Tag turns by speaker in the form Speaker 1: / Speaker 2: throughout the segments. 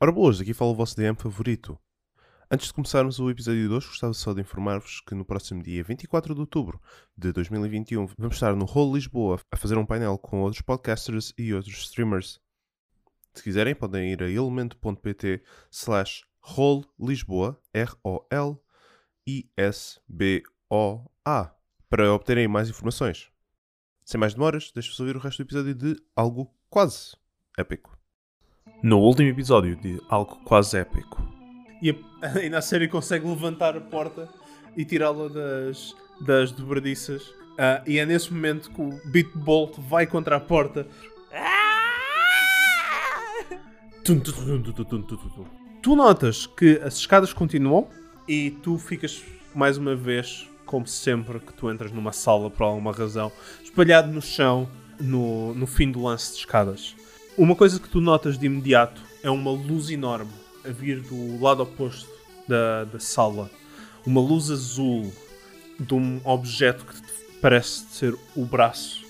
Speaker 1: Ora boas, aqui fala o vosso DM favorito. Antes de começarmos o episódio de hoje, gostava só de informar-vos que no próximo dia 24 de outubro de 2021 vamos estar no Hall Lisboa a fazer um painel com outros podcasters e outros streamers. Se quiserem, podem ir a elemento.pt slash Rol Lisboa, R-O-L-I-S-B-O-A, para obterem mais informações. Sem mais demoras, deixo-vos ouvir o resto do episódio de algo quase épico. No último episódio de algo quase épico.
Speaker 2: E a, ainda a série consegue levantar a porta e tirá-la das, das dobradiças. Ah, e é nesse momento que o Beat Bolt vai contra a porta.
Speaker 1: Ah!
Speaker 2: Tum, tum, tum, tum, tum, tum, tum, tum, tum. Tu notas que as escadas continuam e tu ficas mais uma vez, como sempre, que tu entras numa sala por alguma razão, espalhado no chão no, no fim do lance de escadas. Uma coisa que tu notas de imediato é uma luz enorme a vir do lado oposto da, da sala. Uma luz azul de um objeto que te parece ser o braço.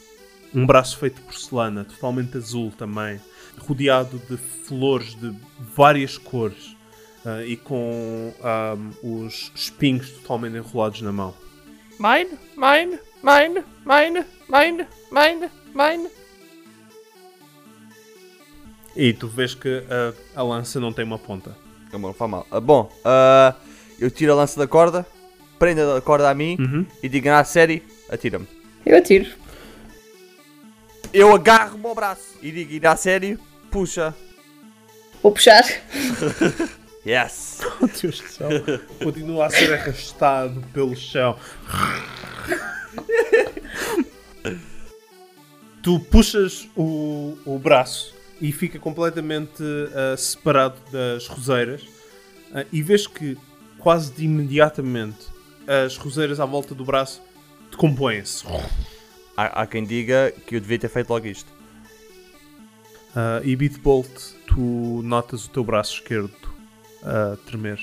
Speaker 2: Um braço feito de porcelana, totalmente azul também, rodeado de flores de várias cores ah, e com ah, os espinhos totalmente enrolados na mão.
Speaker 3: Mine, mine, mine, mine, mine, mine, mine.
Speaker 2: E tu vês que a, a lança não tem uma ponta.
Speaker 4: Calma, não faz mal. Ah, bom, ah, eu tiro a lança da corda, prendo a corda a mim e digo na série, atira-me.
Speaker 3: Eu atiro.
Speaker 4: Eu agarro-me ao braço e digo na série, puxa.
Speaker 5: Vou puxar.
Speaker 4: Yes!
Speaker 2: Meu Deus do céu. Continua a ser arrastado pelo chão. tu puxas o, o braço e fica completamente ah, separado das roseiras ah, e vês que quase de imediatamente as roseiras à volta do braço decompõem-se.
Speaker 4: Há, há quem diga que eu devia ter feito logo isto.
Speaker 2: Ah, e Bitbolt, tu notas o teu braço esquerdo a tremer.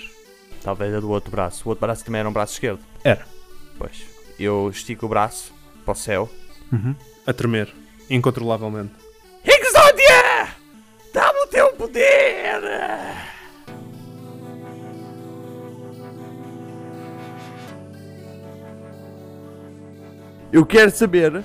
Speaker 4: Talvez a do outro braço. O outro braço também era um braço esquerdo.
Speaker 2: Era.
Speaker 4: Pois. Eu estico o braço para o céu.
Speaker 2: A tremer. Incontrolavelmente.
Speaker 4: Exódia! Dá-me o teu poder! Eu quero saber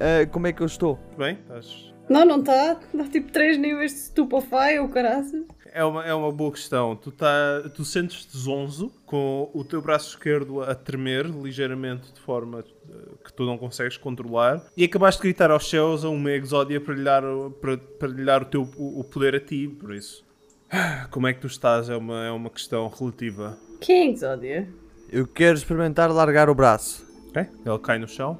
Speaker 4: ah, como é que eu estou.
Speaker 2: Tudo Bem, estás-
Speaker 5: Não, não está. Dá tipo 3 níveis de stupefy ou caraças.
Speaker 2: É uma, é uma boa questão. Tu, tá, tu sentes-te zonzo com o teu braço esquerdo a tremer ligeiramente de forma eh, que tu não consegues controlar e acabaste de gritar aos céus a uma exódia para lhe dar, o- para, para lhe dar o, teu, o, o poder a ti, por isso. Ah, Como é que tu estás é uma, é uma questão relativa.
Speaker 5: Quem é Exódia?
Speaker 4: Eu quero experimentar largar o braço.
Speaker 2: Ok? Ele cai no chão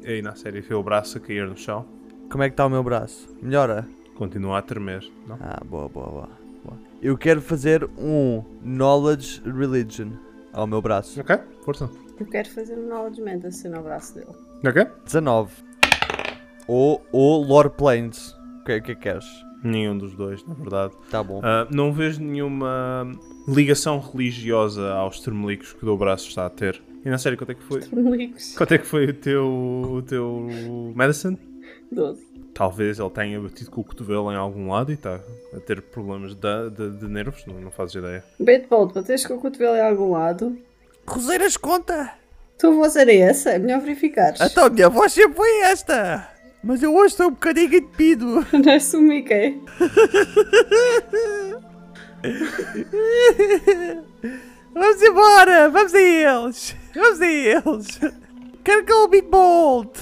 Speaker 2: e aí na série vê o braço a cair no chão.
Speaker 4: Como é que está o meu braço? Melhora?
Speaker 2: Continua a tremer. Não?
Speaker 4: Ah, boa, boa, boa. boa. Eu quero fazer um Knowledge Religion ao meu braço.
Speaker 2: Ok, força.
Speaker 5: Eu quero fazer um knowledge medicine no braço dele.
Speaker 2: Ok?
Speaker 4: 19. Ou, ou Lore Planes. O que é o que é que queres?
Speaker 2: Nenhum dos dois, na verdade.
Speaker 4: Tá bom.
Speaker 2: Ah, não vejo nenhuma ligação religiosa aos termelicos que o teu braço está a ter. E na série, quanto é que foi?
Speaker 5: Termelicos.
Speaker 2: Quanto é que foi o teu, o teu medicine?
Speaker 5: 12.
Speaker 2: Talvez ele tenha batido com o cotovelo em algum lado e está a ter problemas de, de- de nervos, não, não fazes ideia.
Speaker 5: Bedbolt, bateste com o cotovelo em algum lado.
Speaker 4: Roseiras conta!
Speaker 5: Tua voz era essa? É melhor verificares.
Speaker 4: Então, minha voz sempre foi esta! Mas eu hoje estou um bocadinho entupido.
Speaker 5: Parece o Mickey.
Speaker 4: Vamos embora! Vamos a eles! Vamos a eles! Carcão Big Bolt!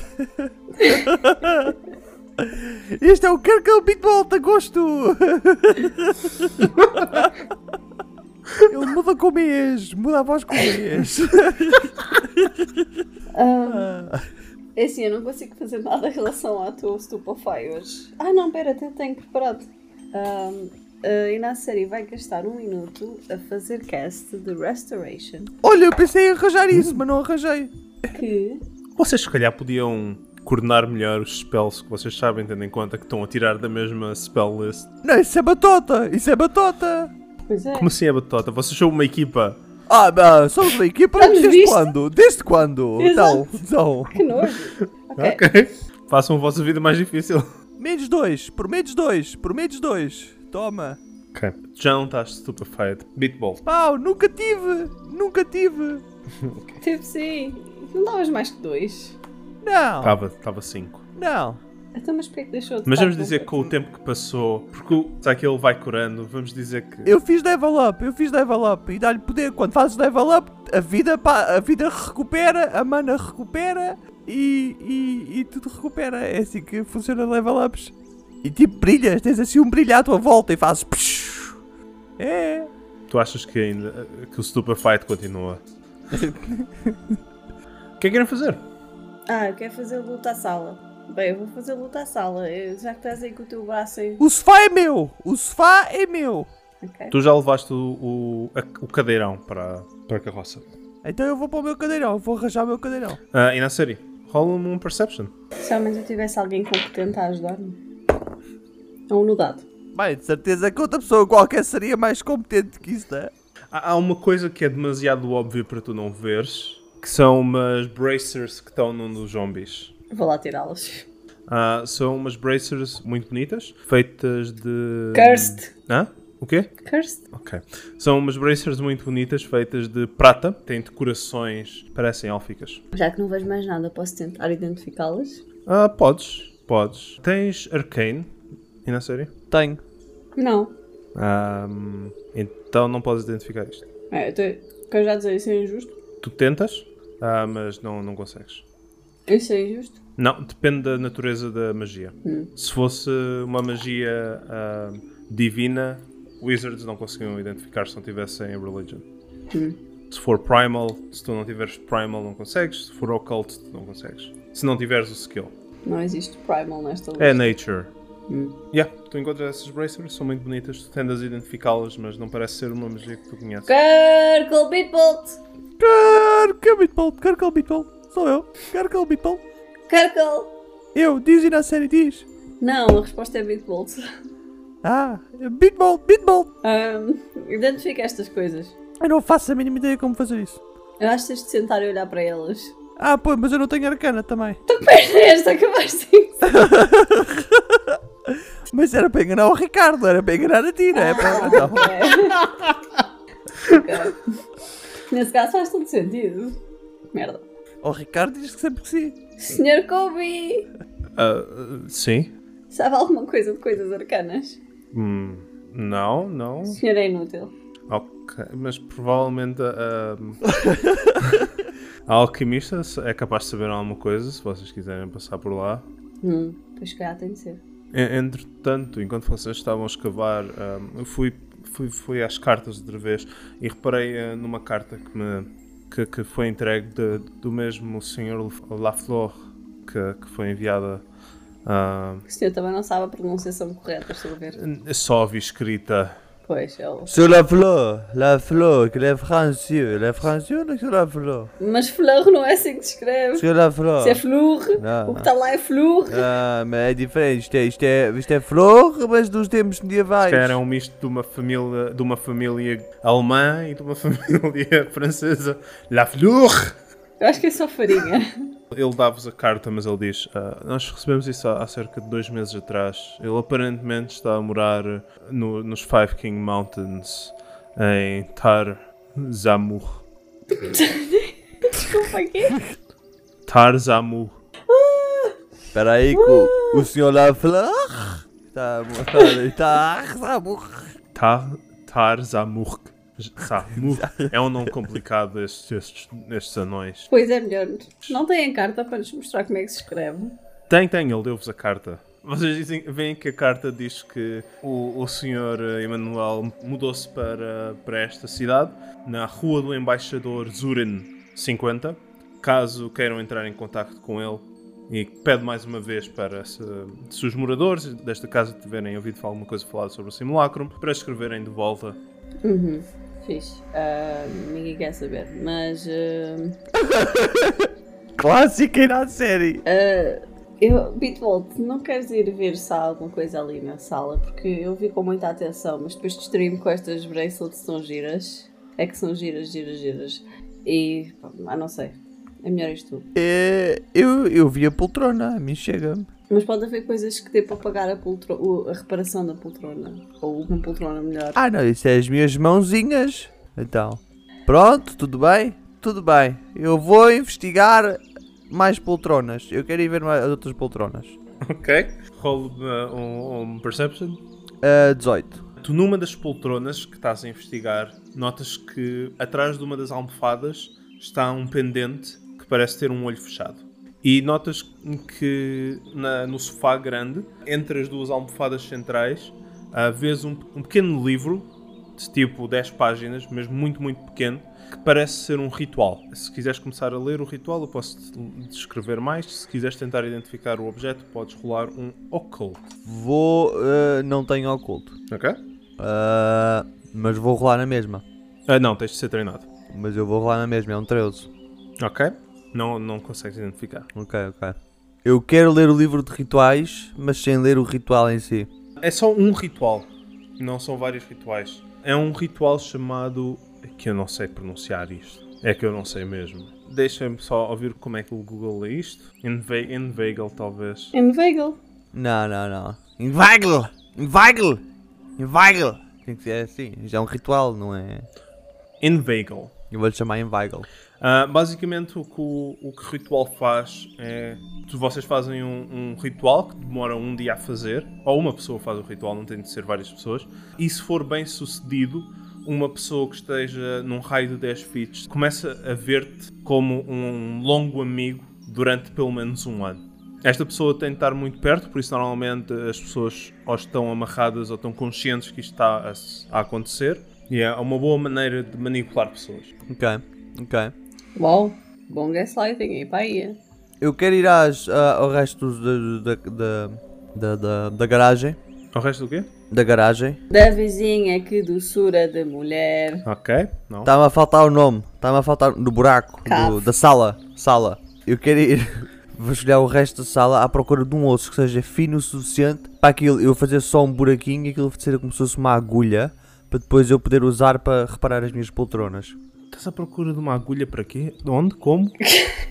Speaker 4: Este é o Carcão Big Bolt agosto! Ele muda com o mês, muda a voz com o mês.
Speaker 5: É assim, eu não consigo fazer nada em relação à tua Stupefy hoje. Ah, não, pera, até tenho preparado. Ahm, a Inassari vai gastar um minuto a fazer cast de Restoration.
Speaker 4: Olha, eu pensei em arranjar isso, mas não arranjei.
Speaker 5: Que.
Speaker 2: Vocês, se calhar, podiam coordenar melhor os spells que vocês sabem, tendo em conta que estão a tirar da mesma spell list.
Speaker 4: Não, isso é batota, isso é batota.
Speaker 5: Pois é.
Speaker 2: Como assim é batota? Vocês são uma equipa.
Speaker 4: Ah, bah, somos uma equipa
Speaker 5: Tá
Speaker 4: desde
Speaker 5: visto?
Speaker 4: quando? Desde quando?
Speaker 5: Exato.
Speaker 4: Não, não.
Speaker 5: Que nojo. Ok.
Speaker 2: Ok. Façam a vossa vida mais difícil.
Speaker 4: Menos dois, por menos dois, por menos dois. Toma.
Speaker 2: Ok. Tu já não estás stupefied. Meatball.
Speaker 4: Pau, nunca tive! Nunca tive!
Speaker 5: Tipo, sim. Não davas mais que dois.
Speaker 4: Não!
Speaker 2: Estava estava 5.
Speaker 4: Não!
Speaker 5: Então, mas porquê que deixou de
Speaker 2: Mas
Speaker 5: dar
Speaker 2: vamos dizer que
Speaker 5: conta?
Speaker 2: com o tempo que passou, porque o que ele vai curando, vamos dizer que.
Speaker 4: Eu fiz level up, eu fiz level up e dá-lhe poder. Quando fazes level up, a vida, pá, a vida recupera, a mana recupera e, e, e tudo recupera. É assim que funciona level ups. E tipo, brilhas, tens assim um brilho à tua volta e fazes. psh. É.
Speaker 2: Tu achas que ainda que o Stupefied continua? o que é que querem fazer?
Speaker 5: Ah, eu quero fazer luta à sala. Bem, eu vou fazer luta à sala. Eu- Já que estás aí com o teu braço aí.
Speaker 4: O sofá é meu! O sofá é meu!
Speaker 5: Ok.
Speaker 2: Tu já levaste o, o, a- o cadeirão para, para a carroça.
Speaker 4: Então eu vou para o meu cadeirão, eu vou arranjar o meu cadeirão.
Speaker 2: Ah, e na série, rola-me um Perception.
Speaker 5: Se ao menos eu tivesse alguém competente a ajudar-me. É um nudado.
Speaker 4: Bem, de certeza que outra pessoa qualquer seria mais competente que isso, né?
Speaker 2: Há, há uma coisa que é demasiado óbvia para tu não veres, que são umas bracers que estão num dos zombies.
Speaker 5: Vou lá tirá-las.
Speaker 2: Ah, são umas bracers muito bonitas, feitas de...
Speaker 5: Cursed.
Speaker 2: Hã? O quê?
Speaker 5: Cursed?
Speaker 2: Ok. São umas bracers muito bonitas, feitas de prata, têm decorações, parecem élficas.
Speaker 5: Já que não vejo mais nada, posso tentar identificá-las?
Speaker 2: Ah, podes, podes. Tens Arcane, e na série?
Speaker 4: Tenho.
Speaker 5: Não.
Speaker 2: Ah, então não podes identificar isto.
Speaker 5: É, eu tô... que eu já dizer, isso é injusto?
Speaker 2: Tu tentas, ah, mas não, não consegues.
Speaker 5: Isso é injusto?
Speaker 2: Não, depende da natureza da magia. Se fosse uma magia ah, divina, wizards não conseguiam identificar se não tivessem religion. Se for primal, se tu não tiveres primal, não consegues. Se for occult, não consegues. Se não tiveres o skill.
Speaker 5: Não existe primal nesta lista.
Speaker 2: É nature. Yeah, tu encontras essas bracers, são muito bonitas, tu tendas a identificá-las, mas não parece ser uma magia que tu conheces.
Speaker 5: Circle Beatbolt!
Speaker 4: Quero que é o Meatball, quero que é o Meatball. Sou eu, quero que é o Meatball.
Speaker 5: Circle!
Speaker 4: Eu, diz e na série diz.
Speaker 5: Não, a resposta é Beatbolt.
Speaker 4: Ah, Meatball, Meatball.
Speaker 5: Ahm, identifica estas coisas.
Speaker 4: Eu não faço a mínima ideia como fazer isso.
Speaker 5: Eu acho que tens de sentar e olhar para elas.
Speaker 4: Ah, pô, mas eu não tenho arcana também.
Speaker 5: Esta acabaste de
Speaker 4: Mas era para enganar o Ricardo, era para enganar a ti, não é? Para- não.
Speaker 5: é? Nesse caso faz todo sentido. Merda.
Speaker 4: O Ricardo diz que sempre que sim.
Speaker 5: Senhor Kobe!
Speaker 2: Ah, sim?
Speaker 5: Sabe alguma coisa de coisas arcanas?
Speaker 2: Hum, não, não.
Speaker 5: O senhor é inútil.
Speaker 2: Ok, mas provavelmente ah, a alquimista é capaz de saber alguma coisa, se vocês quiserem passar por lá.
Speaker 5: Hum, pois se calhar tem de ser.
Speaker 2: E- Entretanto, enquanto vocês estavam a escavar, ahm, eu fui, fui, fui às cartas outra vez e reparei ah, numa carta que, me, que, que foi entregue de- do mesmo senhor Lafleur que, que foi enviada. ah,
Speaker 5: O senhor também não sabe a pronunciação correta, estou a ver.
Speaker 2: só vi escrita.
Speaker 5: Pois, é ele.
Speaker 4: Sur la flor, la flor, que é francês, la francês ou que la flor?
Speaker 5: Mas fleur não é assim que se escreve.
Speaker 4: Sur la flor.
Speaker 5: Se é fleur,
Speaker 4: Não,
Speaker 5: o que está lá é fleur.
Speaker 4: Ah, mas é diferente, isto é, isto é, isto é flor, mas dos tempos medievais.
Speaker 2: Que era um misto de uma família, de uma família alemã e de uma família francesa. Lafleur!
Speaker 5: Eu acho que é só farinha.
Speaker 2: Ele dá-vos a carta, mas ele diz: "Ah, Nós recebemos isso há, há cerca de dois meses atrás. Ele aparentemente está a morar eh, no- nos Five King Mountains, em Tar Zamur.
Speaker 5: Desculpa aqui.
Speaker 2: Tar Zamur.
Speaker 4: Espera aí que o, o senhor La Fleur está a morrer, está a está a morrer.
Speaker 2: Tar, Tar Zamur. Zamur. É um nome complicado estes, estes, estes anões.
Speaker 5: Pois é, melhor. Não têm carta para nos mostrar como é que se escreve.
Speaker 2: Tem, tem, ele deu-vos a carta. Vocês dizem, veem que a carta diz que o, o senhor eh, Emanuel mudou-se para, para esta cidade, na rua do embaixador Zuren 50. Caso queiram entrar em contato com ele, e pede mais uma vez para se, se os moradores desta casa tiverem ouvido alguma coisa falada sobre o simulacro, para escreverem de volta.
Speaker 5: Uhum. Fixe. Ah, ninguém quer saber, mas ah,
Speaker 4: Clássica e na série.
Speaker 5: eu, Bitbolt, não queres ir ver se há alguma coisa ali na sala, porque eu vi com muita atenção, mas depois distraí-me com estas bracelets que são giras. É que são giras, giras, giras. E, pá, ah, não sei. É melhor isto.
Speaker 4: É, eu, eu vi a poltrona, a mim chega-me.
Speaker 5: Mas pode haver coisas que dê para pagar a, poltro- o- a reparação da poltrona. Ou uma poltrona melhor.
Speaker 4: Ah, não, isso é as minhas mãozinhas. Então, pronto, tudo bem? Tudo bem. Eu vou investigar mais poltronas. Eu quero ir ver mais as outras poltronas.
Speaker 2: Ok. Rola-me uh, um, um Perception.
Speaker 4: Ah, 18.
Speaker 2: Tu, numa das poltronas que estás a investigar, notas que atrás de uma das almofadas está um pendente que parece ter um olho fechado. E notas que na- no sofá grande, entre as duas almofadas centrais, ah, vês um, um pequeno livro de tipo 10 páginas, mas muito, muito pequeno, que parece ser um ritual. Se quiseres começar a ler o ritual, eu posso te descrever mais. Se quiseres tentar identificar o objeto, podes rolar um occult.
Speaker 4: Vou. ah, não tenho oculto.
Speaker 2: Ok?
Speaker 4: Ah, mas vou rolar na mesma.
Speaker 2: Ah, não, tens de ser treinado.
Speaker 4: Mas eu vou rolar na mesma, é um 13.
Speaker 2: Ok. Não, não consegues identificar.
Speaker 4: Ok, ok. Eu quero ler o livro de rituais, mas sem ler o ritual em si.
Speaker 2: É só um ritual. Não são vários rituais. É um ritual chamado. é que eu não sei pronunciar isto. É que eu não sei mesmo. Deixem-me só ouvir como é que o Google lê isto. Invei- Inveigle, talvez.
Speaker 5: Inveigle.
Speaker 4: Não, não, não. Inweigl! Inweigl! Inweigl! Tem que ser assim. Já é um ritual, não é?
Speaker 2: Inveigle.
Speaker 4: Eu vou-lhe chamar Inweigl.
Speaker 2: Ah, basicamente, o que o, o que o ritual faz é. tu- Vocês fazem um, um ritual que demora um dia a fazer, ou uma pessoa faz o ritual, não tem de ser várias pessoas, e se for bem sucedido, uma pessoa que esteja num raio de 10 feet começa a ver-te como um longo amigo durante pelo menos um ano. Esta pessoa tem de estar muito perto, por isso normalmente as pessoas ou estão amarradas ou estão conscientes que isto está a, se- a acontecer. E é uma boa maneira de manipular pessoas.
Speaker 4: Ok, ok.
Speaker 5: Uau. Bom gaslighting aí para aí.
Speaker 4: Eu quero ir às, a- ao resto dos- da, da, da, da, da garagem.
Speaker 2: O resto do quê?
Speaker 4: Da garagem.
Speaker 5: Da vizinha, que doçura de mulher.
Speaker 2: Ok, não.
Speaker 4: Está-me a faltar o nome. Está-me a faltar do buraco. do-
Speaker 5: Cave.
Speaker 4: da sala. Sala. Eu quero ir. Vou escolher o resto da sala à procura de um osso que seja fino o suficiente para aquilo eu fazer só um buraquinho e aquilo ser como se fosse uma agulha para depois eu poder usar para reparar as minhas poltronas.
Speaker 2: Estás à procura de uma agulha para quê? De onde? Como?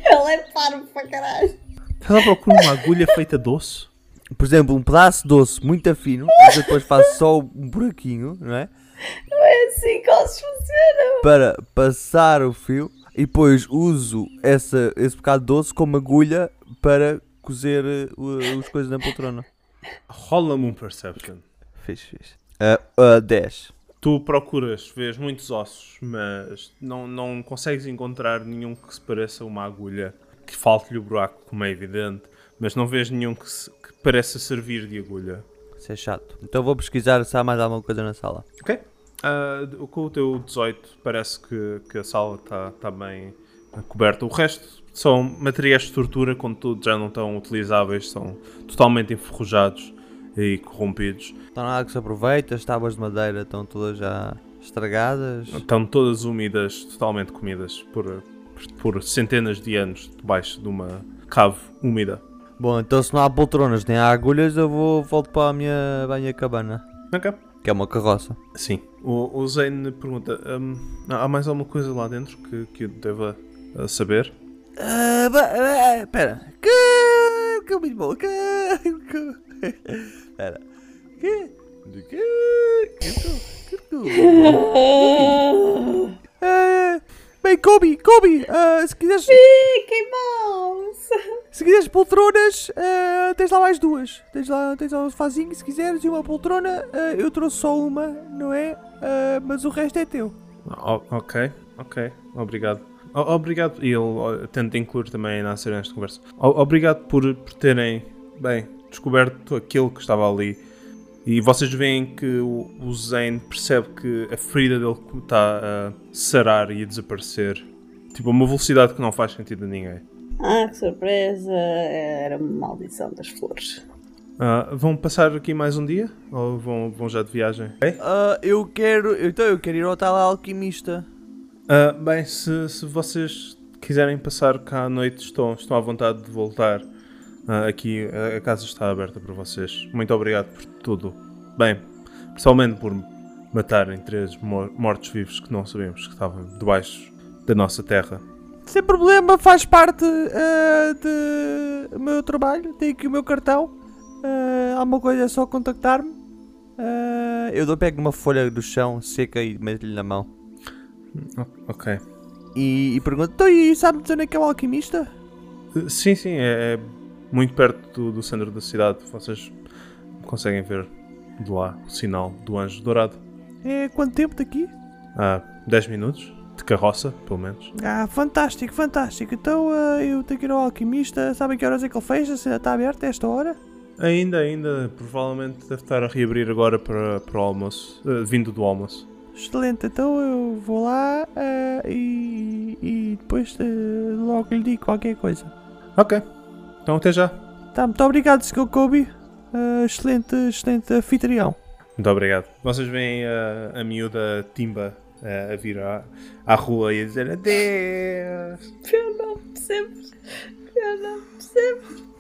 Speaker 5: Ela é parvo para caralho.
Speaker 2: Estás à procura de uma agulha feita de osso?
Speaker 4: Por exemplo, um pedaço de osso muito fino, mas depois faço só um buraquinho, não é?
Speaker 5: É assim que eles funcionam.
Speaker 4: para passar o fio e depois uso essa, esse bocado de osso como agulha para cozer eh, o- as coisas na poltrona.
Speaker 2: Rola-me um perception.
Speaker 4: Fiz, fiz. Uh, 10.
Speaker 2: Tu procuras, vês muitos ossos, mas não, não consegues encontrar nenhum que se pareça a uma agulha. Que falte-lhe o buraco, como é evidente. Mas não vês nenhum que, se- que pareça servir de agulha.
Speaker 4: Isso é chato. Então vou pesquisar se há mais alguma coisa na sala.
Speaker 2: Ok. Ah, d- com o teu 18 parece que, que a sala está bem coberta. O resto são materiais de tortura, contudo já não estão utilizáveis, são totalmente enferrujados e corrompidos.
Speaker 4: Então nada que se aproveita, as tábuas de madeira estão todas já estragadas.
Speaker 2: Estão todas úmidas, totalmente comidas por, por centenas de anos debaixo de uma cave úmida.
Speaker 4: Bom, então se não há poltronas nem há agulhas, eu vou volto para a minha, para a minha cabana,
Speaker 2: Ok.
Speaker 4: que é uma carroça.
Speaker 2: Sim. O, o Zane pergunta: "Hum, há mais alguma coisa lá dentro que, que eu deva ah, saber?
Speaker 4: Ah, ba- ah, Espera. Que. Que muito bom. Que. que- Espera. Que. de Que. Que. tu- que tu- Ah, Bem, Kobe, Kobe, ah, se quiseres.
Speaker 5: Fiquem maus.
Speaker 4: Se quiseres poltronas, ah, tens lá mais duas. Tens lá, tens lá um sofazinho, se quiseres, e uma poltrona. Ah, eu trouxe só uma, não é? Ah, mas o resto é teu.
Speaker 2: O- ok, ok, obrigado. O- obrigado, e ele ó, tenta incluir também a Nasser nesta conversa. O- obrigado por, por terem, bem, descoberto aquilo que estava ali. E vocês veem que o, o Zane percebe que a ferida dele está a sarar e a desaparecer. Tipo, a uma velocidade que não faz sentido a ninguém.
Speaker 5: Ah, que surpresa. Era uma maldição das flores.
Speaker 2: Ah, vão passar aqui mais um dia? Ou vão, vão já de viagem? Ok.
Speaker 4: Ah, eu quero. Então eu quero ir ao tal alquimista.
Speaker 2: Ah, bem, se, se vocês quiserem passar cá à noite, estão, estão à vontade de voltar. Ah, aqui a, a casa está aberta para vocês. Muito obrigado por tudo. Bem, principalmente por matarem três mor- mortos-vivos que não sabemos que estavam debaixo da nossa terra.
Speaker 4: Sem problema, faz parte ah, de do meu trabalho. Tem aqui o meu cartão. Ah, alguma coisa é só contactar-me. Ah, eu dou pego numa folha do chão seca e meto-lhe na mão.
Speaker 2: Ok.
Speaker 4: E, e pergunto: Então, e sabe onde é que é o alquimista?
Speaker 2: Sim, sim, é, é muito perto do, do centro da cidade. Vocês conseguem ver de lá o sinal do anjo dourado.
Speaker 4: É quanto tempo daqui?
Speaker 2: Há 10 minutos, de carroça, pelo menos.
Speaker 4: Ah, fantástico, fantástico. Então ah, eu tenho que ir ao alquimista. Sabem que horas é que ele fecha? Se ainda está aberto a esta hora?
Speaker 2: Ainda, ainda, provavelmente deve estar a reabrir agora para, para o almoço, eh, vindo do almoço.
Speaker 4: Excelente, então eu vou lá ah, e, e depois eh, logo lhe digo qualquer coisa.
Speaker 2: Ok, então até já.
Speaker 4: Tá, muito obrigado, Sr. Kobe. Ah, excelente, excelente anfitrião.
Speaker 2: Muito obrigado. Vocês veem a, a miúda Timba eh, a vir à, à rua e a dizer adeus.
Speaker 5: Eu não percebo. Eu não percebo.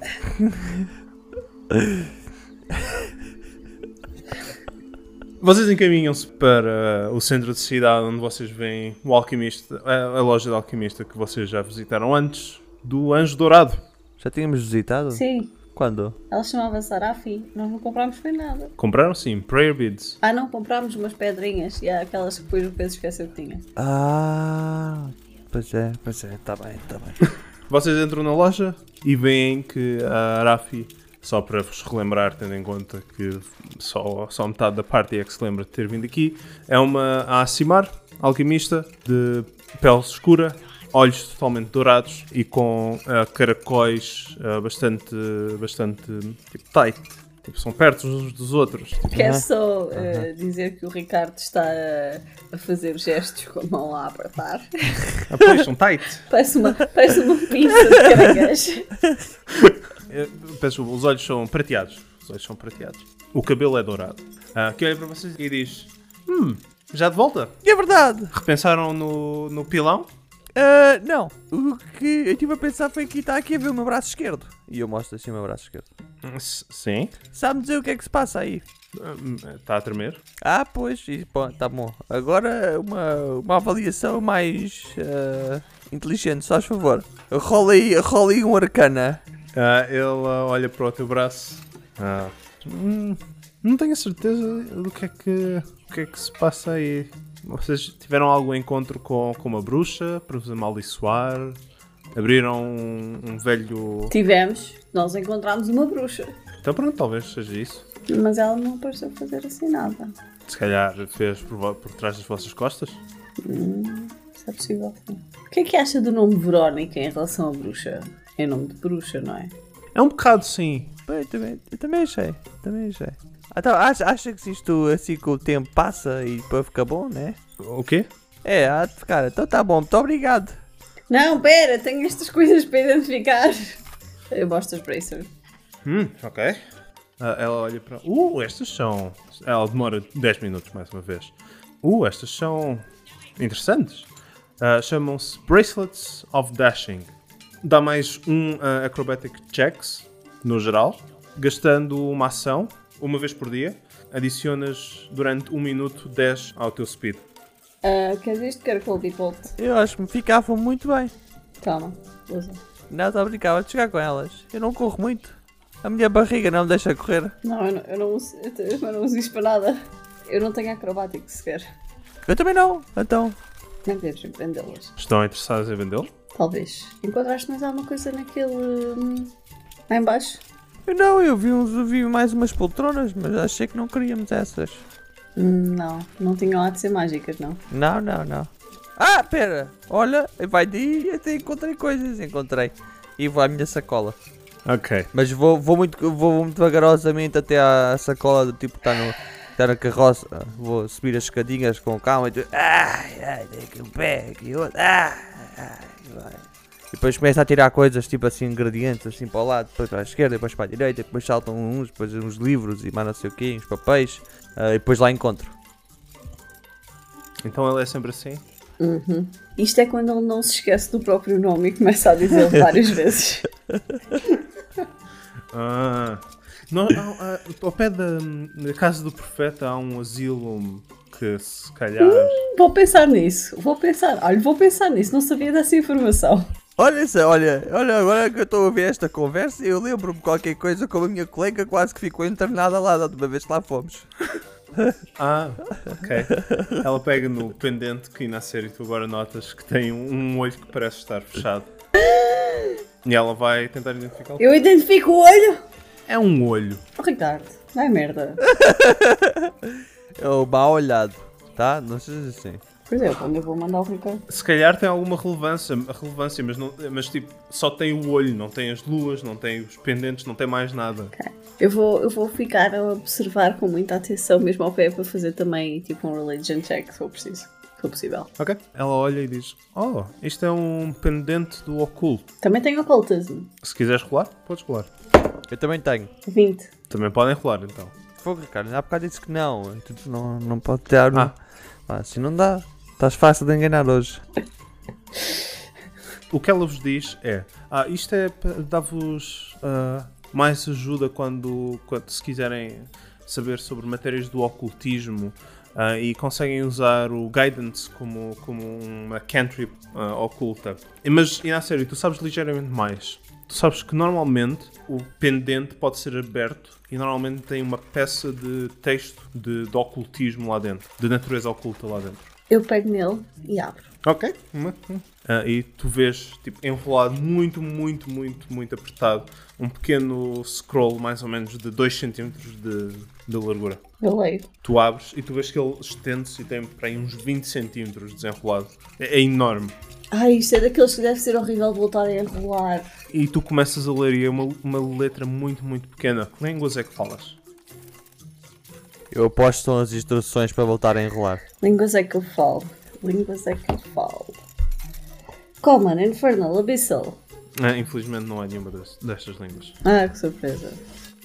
Speaker 2: Vocês encaminham-se para o centro de cidade onde vocês veem o alquimista, a, a loja de alquimista que vocês já visitaram antes, do Anjo Dourado.
Speaker 4: Já tínhamos visitado?
Speaker 5: Sim,
Speaker 4: Quando?
Speaker 5: ela chamava Sarafi. Nós não comprámos foi nada.
Speaker 2: Compraram sim prayer beads.
Speaker 5: Ah, não, comprámos umas pedrinhas. E há aquelas que depois o peso esqueceu que tinha.
Speaker 4: Ah, pois é, pois é, tá bem, tá bem.
Speaker 2: Vocês entram na loja e veem que a Arafi, só para vos relembrar, tendo em conta que só, só metade da parte é que se lembra de ter vindo aqui, é uma Asimar, alquimista, de pele escura, olhos totalmente dourados e com ah, caracóis ah, bastante, bastante tipo, tight. Tipo, são perto uns dos outros. Tipo,
Speaker 5: Quero é só eh, dizer que o Ricardo está a, a fazer gestos com a tá? mão a apertar.
Speaker 2: ah, pois, são tight.
Speaker 5: Parece uma, parece uma pinça de caranguejo.
Speaker 2: Eh, Peço, os olhos são prateados. Os olhos são prateados. O cabelo é dourado. Ah, que olha para vocês e diz: Hum, já de volta?
Speaker 4: é verdade!
Speaker 2: Repensaram no, no pilão?
Speaker 4: Ah, não, o que eu estive a pensar foi que está aqui a ver o meu braço esquerdo. E eu mostro assim o meu braço esquerdo.
Speaker 2: S- Sim.
Speaker 4: Sabe dizer o que é que se passa aí?
Speaker 2: Está a tremer?
Speaker 4: Ah, pois, e, bom, tá bom. Agora uma, uma avaliação mais ah, inteligente, só faz favor. Rola aí, rola aí um arcana.
Speaker 2: Ah, ele ah, olha para o teu braço. Ah, hum, não tenho a certeza do que é que, o que é que se passa aí. Vocês tiveram algum encontro com, com uma bruxa para vos amaldiçoar? Abriram um, um velho.
Speaker 5: Tivemos, nós encontramos uma bruxa,
Speaker 2: Então pronto, talvez seja isso.
Speaker 5: mas ela não pareceu fazer assim nada.
Speaker 2: Se calhar fez por, vo- por trás das vossas costas?
Speaker 5: Isso é possível. sim. O que é que acha do nome Verónica em relação à bruxa? É nome de bruxa, não é?
Speaker 2: É um bocado, sim.
Speaker 4: Bem, também, eu também achei, também achei. Então, acha, acha que se isto assim que o tempo passa e depois fica bom, né?
Speaker 2: O quê?
Speaker 4: É, há de ficar. Então tá bom, muito obrigado.
Speaker 5: Não, pera, tenho estas coisas para identificar. Eu gosto dos bracers.
Speaker 2: Hum, ok. Ah, ela olha para. Uh, estas são. Ela demora 10 minutos mais uma vez. Uh, estas são. interessantes. Ah, Chamam-se Bracelets of Dashing. Dá mais um ah, Acrobatic Checks, no geral, gastando uma ação, uma vez por dia. Adicionas durante um minuto 10 ao teu speed.
Speaker 5: Ah, queres isto? Quero cold e bolt.
Speaker 4: Eu acho que me ficavam muito bem. tá
Speaker 5: Calma, usa.
Speaker 4: Nada brincava de chegar com elas. Eu não corro muito. A minha barriga não me deixa correr.
Speaker 5: Não, eu não, eu não, uso, eu te- eu não uso isto para nada. Eu não tenho acrobático sequer.
Speaker 4: Eu também não. Então,
Speaker 5: Não deves vendê-las.
Speaker 2: Estão interessados em vendê-lo?
Speaker 5: Talvez. Encontraste mais alguma coisa naquele. hum, lá em baixo?
Speaker 4: eu não, eu vi, uns, vi mais umas poltronas, mas achei que não queríamos essas.
Speaker 5: Hum, Não, não tinham lá de ser mágicas, não.
Speaker 4: Não, não, não. Ah, pera. Olha, vai daí e até encontrei coisas. Encontrei. E vou à minha sacola.
Speaker 2: Ok.
Speaker 4: Mas vou, vou, muito, vou muito vagarosamente até à sacola do tipo que está no. Está na carroça, vou subir as escadinhas com calma e tu. Ai, ai, tem aqui um pé, aqui outro. Ai, ai, vai. E depois começa a tirar coisas, tipo assim, ingredientes, assim para o lado, depois para a esquerda, depois para a direita, depois saltam uns, depois uns livros e mais não sei o quê, uns papéis, ah, e depois lá encontro.
Speaker 2: Então ela é sempre assim?
Speaker 5: Isto é quando ele não se esquece do próprio nome e começa a dizer várias vezes.
Speaker 2: Ah, não, há- há- ao pé da, da casa do profeta há um asilo que se calhar.
Speaker 5: Vou pensar nisso, vou pensar. Olha, vou pensar nisso, não sabia dessa informação.
Speaker 4: Olha, essa- olha, olha, agora que eu estou a ouvir esta conversa, eu lembro-me qualquer coisa como a minha colega quase que ficou internada lá da última vez que lá fomos.
Speaker 2: Ah, ok. Ela pega no pendente que na série tu agora notas que tem um olho que parece estar fechado. E ela vai tentar identificar.
Speaker 5: Eu identifico o olho.
Speaker 2: É um olho.
Speaker 5: Oh, Ricardo, vai merda.
Speaker 4: É o mau olhado, tá? Não seja assim.
Speaker 5: Por exemplo, onde é, eu vou mandar o Ricardo?
Speaker 2: Se calhar tem alguma relevância, relevância mas, não, mas tipo, só tem o olho, não tem as luas, não tem os pendentes, não tem mais nada.
Speaker 5: Ok. Eu vou, eu vou ficar a observar com muita atenção, mesmo ao pé, para fazer também tipo um religion check, se for preciso. Se for possível.
Speaker 2: Ok? Ela olha e diz: Oh, isto é um pendente do oculto.
Speaker 5: Também tenho ocultismo.
Speaker 2: Se quiseres rolar, podes rolar.
Speaker 4: Eu também tenho.
Speaker 5: 20.
Speaker 2: Também podem rolar então.
Speaker 4: Fogo, Ricardo, há bocado disse que não. Tu não, não pode tirar um.
Speaker 2: Ah.
Speaker 4: Ah, se não dá, estás fácil de enganar hoje.
Speaker 2: O que ela vos diz é: ah, isto é para dar-vos ah, mais ajuda quando, quando se quiserem saber sobre matérias do ocultismo ah, e conseguem usar o guidance como, como uma cantrip ah, oculta. E- Mas, e na série, tu sabes ligeiramente mais. Tu sabes que normalmente o pendente pode ser aberto e normalmente tem uma peça de texto de, de ocultismo lá dentro, de natureza oculta lá dentro.
Speaker 5: Eu pego nele e abro.
Speaker 2: Ok. Ah, e tu vês, tipo, enrolado muito, muito, muito, muito apertado, um pequeno scroll mais ou menos de 2 cm de, de largura.
Speaker 5: Eu leio.
Speaker 2: Tu abres e tu vês que ele estende-se e tem para aí uns 20 cm desenrolado. É, é enorme.
Speaker 5: Ai, isto é daqueles que deve ser horrível de voltar a enrolar.
Speaker 2: E tu começas a ler e é uma, uma letra muito, muito pequena. Que línguas é que falas?
Speaker 4: Eu aposto que são as instruções para voltar a enrolar.
Speaker 5: Línguas é que eu falo. Línguas é que eu falo. Common, Infernal, Abyssal.
Speaker 2: Ah, infelizmente não há nenhuma des- destas línguas.
Speaker 5: Ah, que surpresa.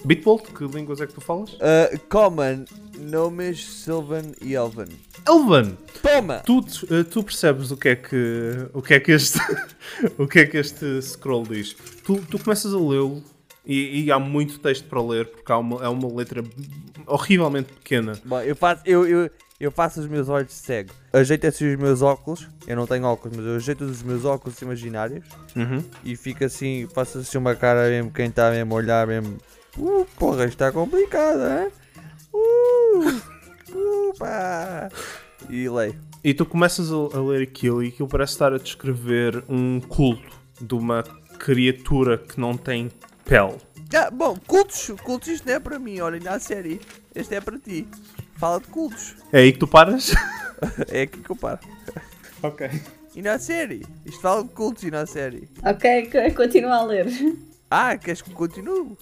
Speaker 2: Bitbolt, que línguas é que tu falas?
Speaker 4: Ah, common, nomes Sylvan e Elven.
Speaker 2: Elven!
Speaker 4: Toma!
Speaker 2: Tu, eh, tu percebes o que é que o que é que este o que é que este scroll diz? Tu, tu começas a lê-lo e, e há muito texto para ler porque há uma, é uma letra horrivelmente pequena.
Speaker 4: Bom, eu faço, eu, eu, eu faço os meus olhos de cego. Ajeito assim os meus óculos. Eu não tenho óculos, mas eu ajeito os meus óculos imaginários. E fico assim, faço assim uma cara mesmo, quem está mesmo a olhar mesmo. Uh, porra, isto está complicado, hein? Uh, opa! E leio.
Speaker 2: E tu começas a, a ler aquilo e aquilo parece estar a descrever um culto de uma criatura que não tem pele.
Speaker 4: Ah, bom, cultos, cultos isto não é para mim, olha, na série. Este é para ti. Fala de cultos.
Speaker 2: É aí que tu paras?
Speaker 4: É aqui que eu paro.
Speaker 2: ok.
Speaker 4: E na série? Isto fala de cultos e na série.
Speaker 5: Ok, c- continua a ler.
Speaker 4: Ah, queres que eu continue?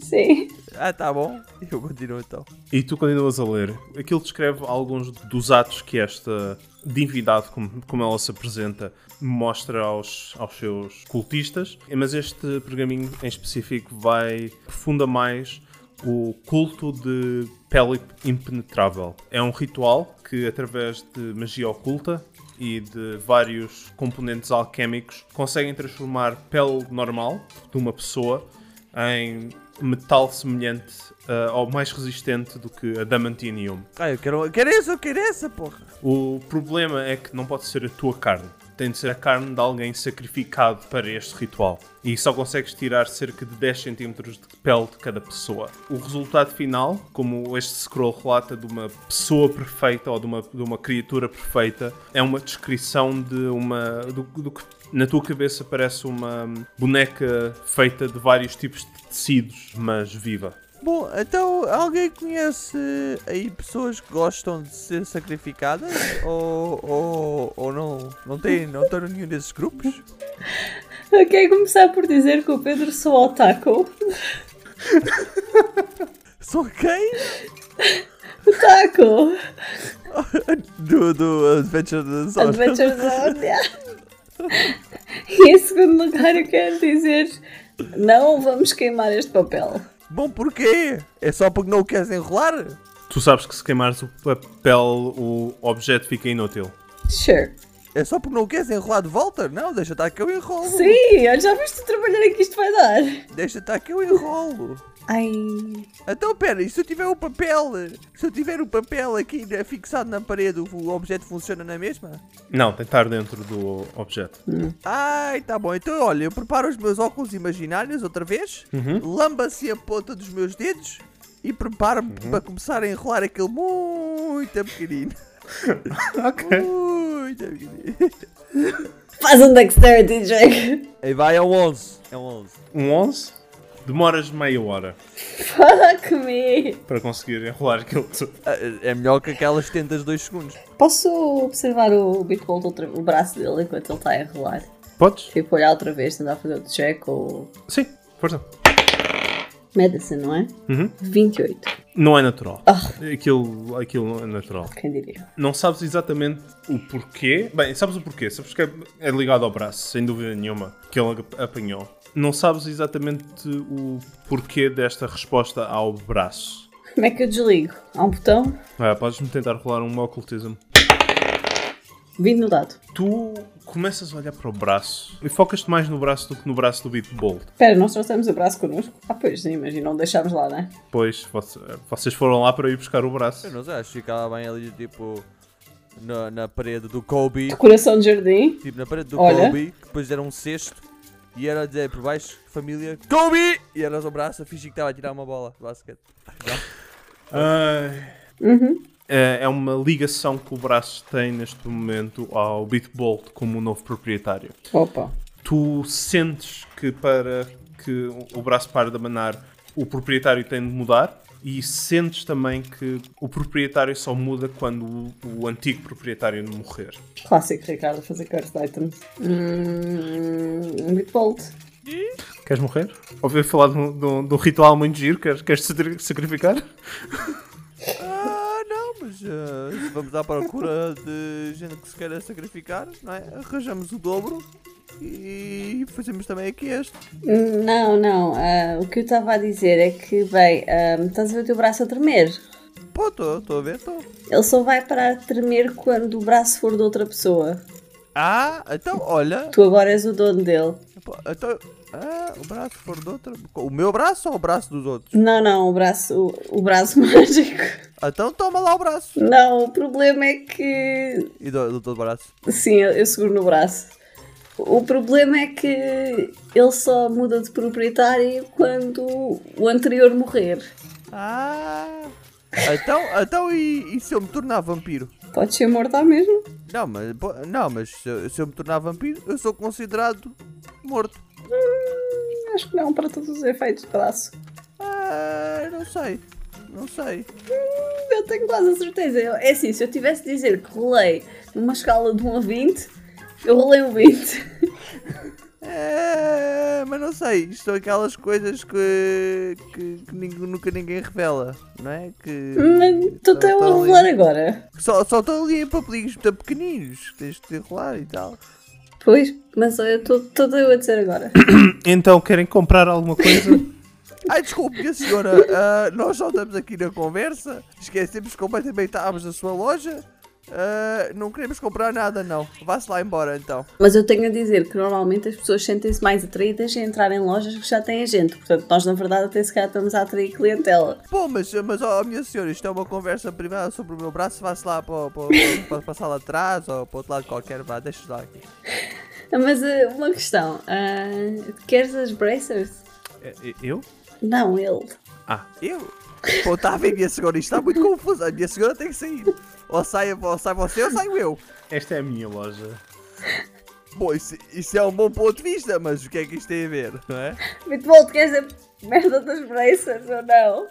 Speaker 5: Sim.
Speaker 4: Ah, tá bom. Eu continuo então.
Speaker 2: E tu continuas a ler. Aquilo descreve alguns dos atos que esta divindade, como, como ela se apresenta, mostra aos, aos seus cultistas. Mas este pergaminho em específico vai profunda mais o culto de pele impenetrável. É um ritual que, através de magia oculta e de vários componentes alquémicos, conseguem transformar pele normal de uma pessoa em metal semelhante ah, ou mais resistente do que adamantinium.
Speaker 4: Ah, eu quero, eu quero essa, eu quero essa, porra.
Speaker 2: O problema é que não pode ser a tua carne. Tem de ser a carne de alguém sacrificado para este ritual. E só consegues tirar cerca de 10 cm de pele de cada pessoa. O resultado final, como este scroll relata de uma pessoa perfeita ou de uma, de uma criatura perfeita, é uma descrição de uma. do, do que na tua cabeça parece uma boneca feita de vários tipos de tecidos, mas viva.
Speaker 4: Bom, então alguém conhece aí pessoas que gostam de ser sacrificadas? ou, ou, ou não? Não tem, não estão em nenhum desses grupos?
Speaker 5: Eu quero começar por dizer que o Pedro sou otaku.
Speaker 4: São quem?
Speaker 5: Otaku!
Speaker 4: Do, do Adventure da Zona.
Speaker 5: Adventure Zone! yeah. E em segundo lugar, eu quero dizer: não vamos queimar este papel.
Speaker 4: Bom, porquê? É só porque não o queres enrolar?
Speaker 2: Tu sabes que se queimares o papel, o objeto fica inútil.
Speaker 5: Sure.
Speaker 4: É só porque não o queres enrolar de volta? Não, deixa estar que eu enrolo.
Speaker 5: Sim, olha, já viste o trabalhar é que isto vai dar.
Speaker 4: Deixa estar que eu enrolo.
Speaker 5: Ai.
Speaker 4: Então pera, e se eu tiver o papel, se eu tiver o papel aqui né, fixado na parede, o o objeto funciona na mesma?
Speaker 2: Não, tem que estar dentro do objeto.
Speaker 4: Ai, tá bom. Então olha, eu preparo os meus óculos imaginários outra vez, lamba-se a ponta dos meus dedos e preparo-me para começar a enrolar aquele muito pequenino. É.
Speaker 2: ok.
Speaker 4: Muito pequenino.
Speaker 5: Faz um dexterity check.
Speaker 4: Aí vai, é um 11. É um 11.
Speaker 2: Um 11. Demoras meia hora
Speaker 5: Fuck me.
Speaker 2: para conseguir enrolar aquilo tudo.
Speaker 4: É melhor que aquelas tentas 2 segundos.
Speaker 5: Posso observar o Bitbolt, outra- o braço dele, enquanto ele está a enrolar?
Speaker 2: Podes?
Speaker 5: Tipo, olhar outra vez, tentar fazer outro check ou.
Speaker 2: Sim, força.
Speaker 5: Medicine, não é?
Speaker 2: Uhum.
Speaker 5: 28.
Speaker 2: Não é natural.
Speaker 5: Ah.
Speaker 2: Aquilo, aquilo é natural.
Speaker 5: Quem diria?
Speaker 2: Não sabes exatamente o porquê. Bem, sabes o porquê. Sabes que é- é ligado ao braço, sem dúvida nenhuma, que ele ap- apanhou. Não sabes exatamente o porquê desta resposta ao braço.
Speaker 5: Como é que eu desligo? Há um botão?
Speaker 2: Ah, Podes-me tentar rolar um ocultismo.
Speaker 5: 20 no dado.
Speaker 2: Tu começas a olhar para o braço e focas-te mais no braço do que no braço do Bitbolt.
Speaker 5: Espera, nós trouxemos o braço connosco? Ah, pois, sim, mas e não deixámos lá, não é?
Speaker 2: Pois, voce- vocês foram lá para ir buscar o braço.
Speaker 4: Eu não sei, acho que ficava bem ali, tipo, na, na parede do Kobe.
Speaker 5: Decoração de jardim?
Speaker 4: Tipo, na parede do
Speaker 5: Olha.
Speaker 4: Kobe, que depois deram um cesto. E era a dizer por baixo, família, Kobe! E era o braço a fingir que estava a tirar uma bola de basquete.
Speaker 2: Ai.
Speaker 5: Uhum.
Speaker 2: É é uma ligação que o braço tem neste momento ao Bitbolt como o novo proprietário.
Speaker 5: Opa.
Speaker 2: Tu sentes que para que o- o braço pare de abanar, o proprietário tem de mudar. E sentes também que o proprietário só muda quando o, o antigo proprietário morrer.
Speaker 5: Clássico Ricardo a fazer cursed items. Hum. Bitbolt.
Speaker 2: Queres morrer? Ouvi falar de um, de um- de um ritual muito giro? Queres, queres se sacrificar?
Speaker 4: Ah, não, mas ah, se vamos à procura de gente que se queira sacrificar, não é? Arranjamos o dobro e fazemos também aqui este.
Speaker 5: Hum, Não, não. ah, o que eu estava a dizer é que, bem, ah, estás a ver o teu braço a tremer.
Speaker 4: Pô, estou a ver, estou.
Speaker 5: Ele só vai parar de tremer quando o braço for de outra pessoa.
Speaker 4: Ah, então, olha.
Speaker 5: Tu agora és o dono dele.
Speaker 4: pô, Então, ah, o braço for de outra. O meu braço ou o braço dos outros?
Speaker 5: Não, não, o braço, o, o braço mágico.
Speaker 4: Então toma lá o braço.
Speaker 5: Não, o problema é que.
Speaker 4: E dou- dou-te o braço.
Speaker 5: Sim, eu, eu seguro no braço. O problema é que ele só muda de proprietário quando o anterior morrer.
Speaker 4: Ah! Então, então e, e se eu me tornar vampiro?
Speaker 5: Pode ser morto à mesmo.
Speaker 4: Não, mas, pô, não, mas se, eu- se eu me tornar vampiro, eu sou considerado morto.
Speaker 5: Hum, Acho que não, para todos os efeitos de braço.
Speaker 4: Ah, não sei. Não sei.
Speaker 5: Eu tenho quase a certeza. Eu- é assim, se eu tivesse de dizer que rolei numa escala de 1 a 20, eu rolei um 20.
Speaker 4: É, mas não sei. Isto são aquelas coisas que, que, que ningu- nunca ninguém revela, não é? Que
Speaker 5: Mas tu tens a
Speaker 4: Então,
Speaker 5: rolar agora.
Speaker 4: só só estão ali em papelinhos muito pequeninos que tens de enrolar e tal.
Speaker 5: Pois, mas olha, estou eu a dizer agora.
Speaker 2: Então, querem comprar alguma coisa?
Speaker 4: Ai, desculpe, minha senhora, ah, nós só estamos aqui na conversa, esquecemos completamente que estávamos na sua loja, ah, não queremos comprar nada, não. Vá-se lá embora, então.
Speaker 5: Mas eu tenho a dizer que normalmente as pessoas sentem-se mais atraídas a entrar em lojas que já têm gente. Portanto, nós na verdade até se calhar estamos a atrair clientela.
Speaker 4: Pô, mas, mas ó, minha senhora, isto é uma conversa privada sobre o meu braço, vá-se lá para, para, para, para a sala de trás ou para outro lado qualquer, vá, deixa lá aqui.
Speaker 5: Mas eh, uma questão. ah, queres as bracers?
Speaker 2: É, Eu?
Speaker 5: Não, ele.
Speaker 4: Eu? Pô, está a ver, minha senhora, isto está muito confuso, a minha senhora tem que sair. Ou sai, ou sai você ou saio eu.
Speaker 2: Esta é a minha loja.
Speaker 4: Bom, isso, isso é um bom ponto de vista, mas o que é que isto tem a ver, não é?
Speaker 5: Muito bom, tu queres a merda das bracers ou não?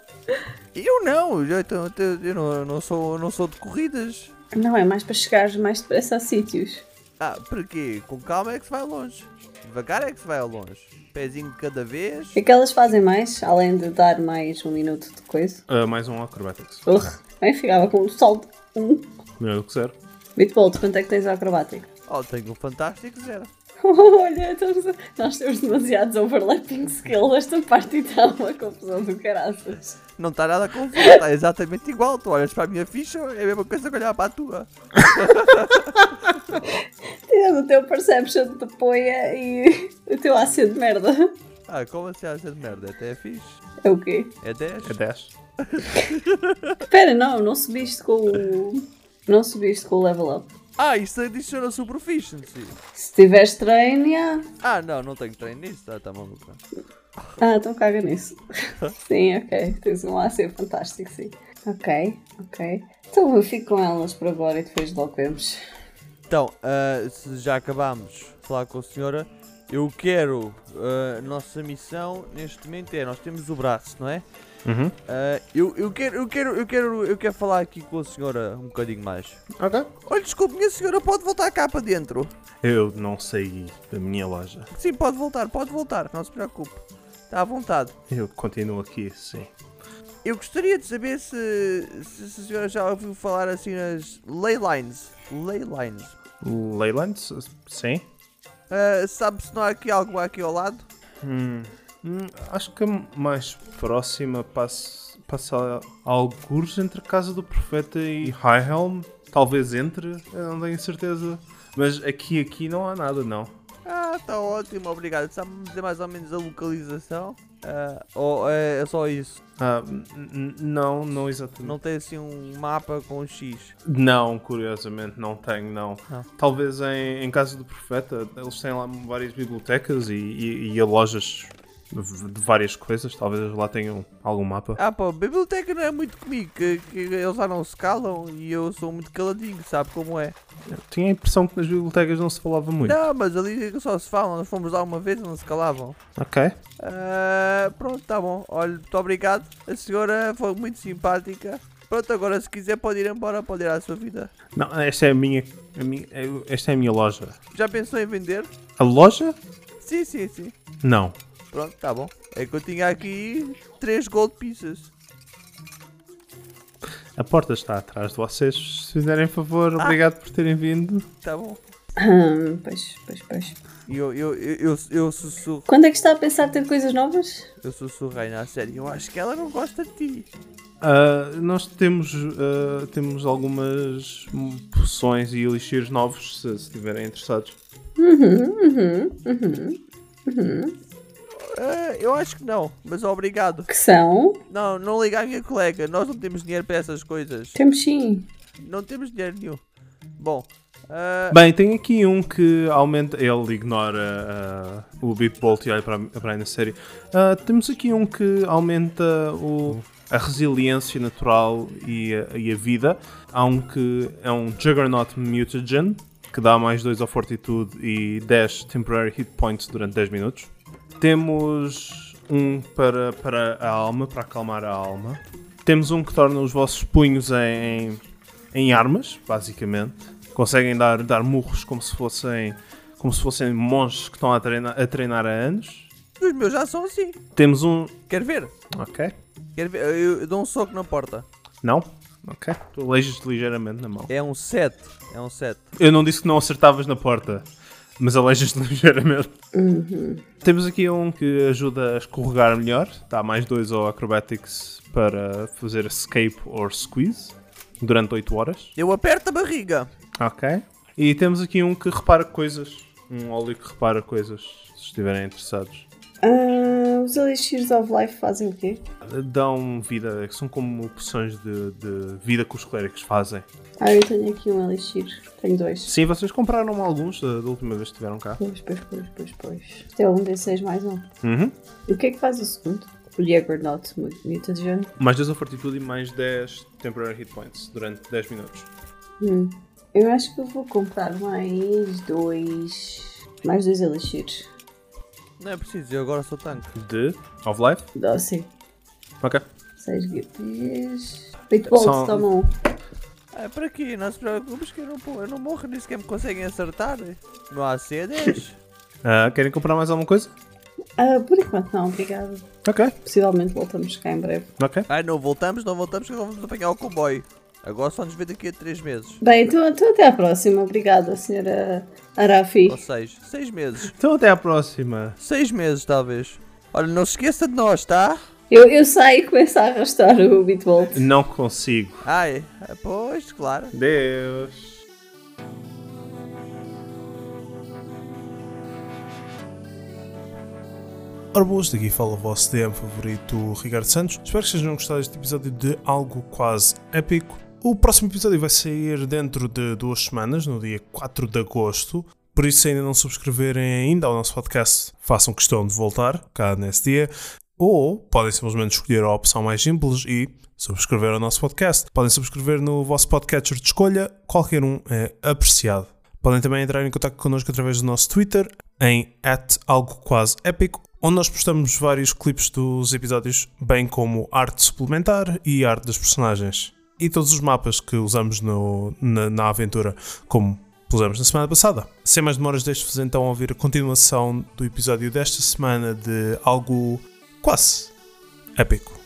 Speaker 4: Eu não, eu, então, eu, eu não, eu não sou, não sou de corridas.
Speaker 5: Não, é mais para chegares mais depressa a sítios.
Speaker 4: Ah, porquê? Com calma é que se vai longe. Devagar é que se vai ao longe. Pezinho de cada vez.
Speaker 5: O que é que elas fazem mais, além de dar mais um minuto de coisa?
Speaker 2: mais um Acrobatics.
Speaker 5: Urgh, bem, ficava com um salto. Um.
Speaker 2: Melhor do que zero.
Speaker 5: Bitbolt, quanto é que tens a acrobática?
Speaker 4: Oh, tenho um fantástico zero.
Speaker 5: Olha, estamos a- nós temos demasiados overlapping skills. Esta parte está uma confusão do caraças.
Speaker 4: Não está nada confuso, está exatamente igual. Tu olhas para a minha ficha, é a mesma coisa que olhar para a tua.
Speaker 5: Tirando o teu perception de poia e o teu ácido de merda.
Speaker 4: Ah, como assim acha de merda? Até é fixe.
Speaker 5: É o quê?
Speaker 4: É 10?
Speaker 2: É 10.
Speaker 5: Espera, não, não subiste com o. Não subiste com o level up.
Speaker 4: Ah, isto adiciona-se o proficiency.
Speaker 5: Se tiveres treino, yeah.
Speaker 4: Ah, não, não tenho treino nisso. Ah, tá maluco.
Speaker 5: Ah, então caga nisso. sim, ok. Tens um AC fantástico, sim. Ok, ok. Então eu fico com elas por agora e depois logo vemos.
Speaker 4: Então, ah, se já acabámos de falar com a senhora, eu quero. ah, nossa missão neste momento é: nós temos o braço, não é?
Speaker 2: Uhum.
Speaker 4: Ah, eu, eu quero, eu quero, eu quero, eu quero falar aqui com a senhora um bocadinho mais.
Speaker 2: Ok.
Speaker 4: Olha, desculpe, minha senhora pode voltar cá para dentro.
Speaker 2: Eu não saí da minha loja.
Speaker 4: Sim, pode voltar, pode voltar, não se preocupe. Está à vontade.
Speaker 2: Eu continuo aqui, sim.
Speaker 4: Eu gostaria de saber se, se, se a senhora já ouviu falar assim nas ley lines. Ley lines.
Speaker 2: Leyland? Sim.
Speaker 4: Ah, sabe se não há aqui algo aqui ao lado?
Speaker 2: Hum, acho que a mais próxima passa, passa a algures entre a casa do profeta e Highhelm. Talvez entre, eu não tenho certeza. Mas aqui, aqui não há nada, não.
Speaker 4: Ah, está ótimo, obrigado. Sabe-me dizer mais ou menos a localização? Ah, ou é, é só isso?
Speaker 2: Ah, n- n- não, não exatamente.
Speaker 4: Não tem assim um mapa com X?
Speaker 2: Não, curiosamente, não tenho, não.
Speaker 4: Não.
Speaker 2: Talvez em, em Casa do Profeta, eles têm lá várias bibliotecas e, e, e lojas de de várias coisas, talvez eles lá tenham algum mapa.
Speaker 4: Ah, pá, biblioteca não é muito comigo, que, que eles já não se calam e eu sou muito caladinho, sabe como é?
Speaker 2: Eu Ah, tinha a impressão que nas bibliotecas não se falava muito.
Speaker 4: Não, mas ali só se falam, nós fomos lá uma vez e não se calavam.
Speaker 2: Ok.
Speaker 4: Ah, pronto, tá bom. Olha, muito obrigado. A senhora foi muito simpática. Pronto, agora se quiser pode ir embora, pode ir à sua vida.
Speaker 2: Não, esta é a minha, a minha- eu- esta é a minha loja.
Speaker 4: Já pensou em vender?
Speaker 2: A loja?
Speaker 4: Sim, sim, sim.
Speaker 2: Não.
Speaker 4: Pronto, tá bom. É que eu tinha aqui três gold pieces.
Speaker 2: A porta está atrás de vocês. Se fizerem favor, obrigado por terem vindo.
Speaker 4: Tá bom.
Speaker 5: Hum, pois, pois, pois.
Speaker 4: E eu, eu, eu, eu, eu sussurro,
Speaker 5: Quando é que está a pensar ter coisas novas?
Speaker 4: eu sussurro aí na série. Eu acho que ela não gosta de ti.
Speaker 2: Ah, nós temos, ah, temos algumas hum, poções e elixires novos, se estiverem interessados.
Speaker 5: Uhum,
Speaker 4: Ah, eu acho que não, mas obrigado.
Speaker 5: Que são?
Speaker 4: Não, não liga à minha colega. Nós não temos dinheiro para essas coisas.
Speaker 5: Temos sim.
Speaker 4: Não temos dinheiro nenhum. Bom, ah,
Speaker 2: Bem, tem aqui um que aumenta. Ele ignora ah, o Bitbolt e olha para, a- para a série. Ah, temos aqui um que aumenta o- a resiliência natural e a, e a vida. Há um que é um Juggernaut Mutagen, que dá mais 2 ao Fortitude e 10 Temporary Hit Points durante 10 minutos. Temos um para, para a alma, para acalmar a alma. Temos um que torna os vossos punhos em, em armas, basicamente. Conseguem dar, dar murros como se fossem como se fossem monges que estão a treinar, a treinar há anos.
Speaker 4: os meus já são assim.
Speaker 2: Temos um.
Speaker 4: Quer ver?
Speaker 2: Ok.
Speaker 4: Quer ver? Eu, eu dou um soco na porta.
Speaker 2: Não? Ok. Tu aleijas-te ligeiramente na mão.
Speaker 4: É um 7. É um 7.
Speaker 2: Eu não disse que não acertavas na porta, mas aleijas-te ligeiramente. Temos aqui um que ajuda a escorregar melhor. Dá mais dois ao Acrobatics para fazer escape or squeeze durante 8 horas.
Speaker 4: Eu aperto a barriga.
Speaker 2: Ok. E temos aqui um que repara coisas. Um óleo que repara coisas, se estiverem interessados.
Speaker 5: Ah, os Elixires of Life fazem o quê?
Speaker 2: Dão vida, é são como poções de, de vida que os clérigos fazem.
Speaker 5: Ah, eu tenho aqui um Elixir. Tenho dois.
Speaker 2: Sim, vocês compraram alguns da, da última vez que estiveram cá.
Speaker 5: Pois, pois, pois, pois, pois. Isto é um D6 mais um.
Speaker 2: Uhum.
Speaker 5: E O que é que faz o segundo? O Juggernaut Mutagen.
Speaker 2: Mais 10 a fortitude e mais 10 temporary hit points durante 10 minutos.
Speaker 5: Hum. Eu acho que eu vou comprar mais dois. Mais dois Elixires.
Speaker 4: Não é preciso, eu agora sou tanque.
Speaker 2: De of life?
Speaker 5: Ah, sim.
Speaker 2: Ok.
Speaker 5: Seis guias. Peito bolso,
Speaker 2: São-
Speaker 5: toma um.
Speaker 4: É para aqui, não se preocupes que eu não, pô- eu não morro, nem sequer me conseguem acertar. Meu AC é 10.
Speaker 2: Ah, querem comprar mais alguma coisa?
Speaker 5: Ah, por enquanto não, obrigada.
Speaker 2: Ok,
Speaker 5: Possivelmente voltamos cá em breve.
Speaker 2: ok.
Speaker 4: Ai, Ah, não voltamos, não voltamos, que agora vamos apanhar o comboio. Agora só nos vê daqui a 3 meses.
Speaker 5: Bem, então, então até à próxima. Obrigada, senhora Arafi.
Speaker 4: Ou 6. 6 meses.
Speaker 2: Então até à próxima.
Speaker 4: 6 meses, talvez. Olha, não se esqueça de nós, tá?
Speaker 5: Eu, eu saio e começo a arrastar o Bitbolt.
Speaker 2: Não consigo.
Speaker 4: Ai, é, pois, claro.
Speaker 2: Deus.
Speaker 6: Ora boas, daqui fala o vosso DM favorito, Ricardo Santos. Espero que vocês tenham gostado deste episódio de algo quase épico. O próximo episódio vai sair dentro de duas semanas, no dia 4 de agosto. Por isso, se ainda não subscreverem ainda ao nosso podcast, façam questão de voltar cá nesse dia. Ou podem simplesmente escolher a opção mais simples e subscrever ao nosso podcast. Podem subscrever no vosso podcatcher de escolha, qualquer um é apreciado. Podem também entrar em contato connosco através do nosso Twitter, em algo quase épico, onde nós postamos vários clipes dos episódios, bem como arte suplementar e arte das personagens. E todos os mapas que usamos no- na, na aventura, como pusemos na semana passada. Sem mais demoras, deixo-vos então ouvir a continuação do episódio desta semana de algo quase
Speaker 2: É
Speaker 6: épico.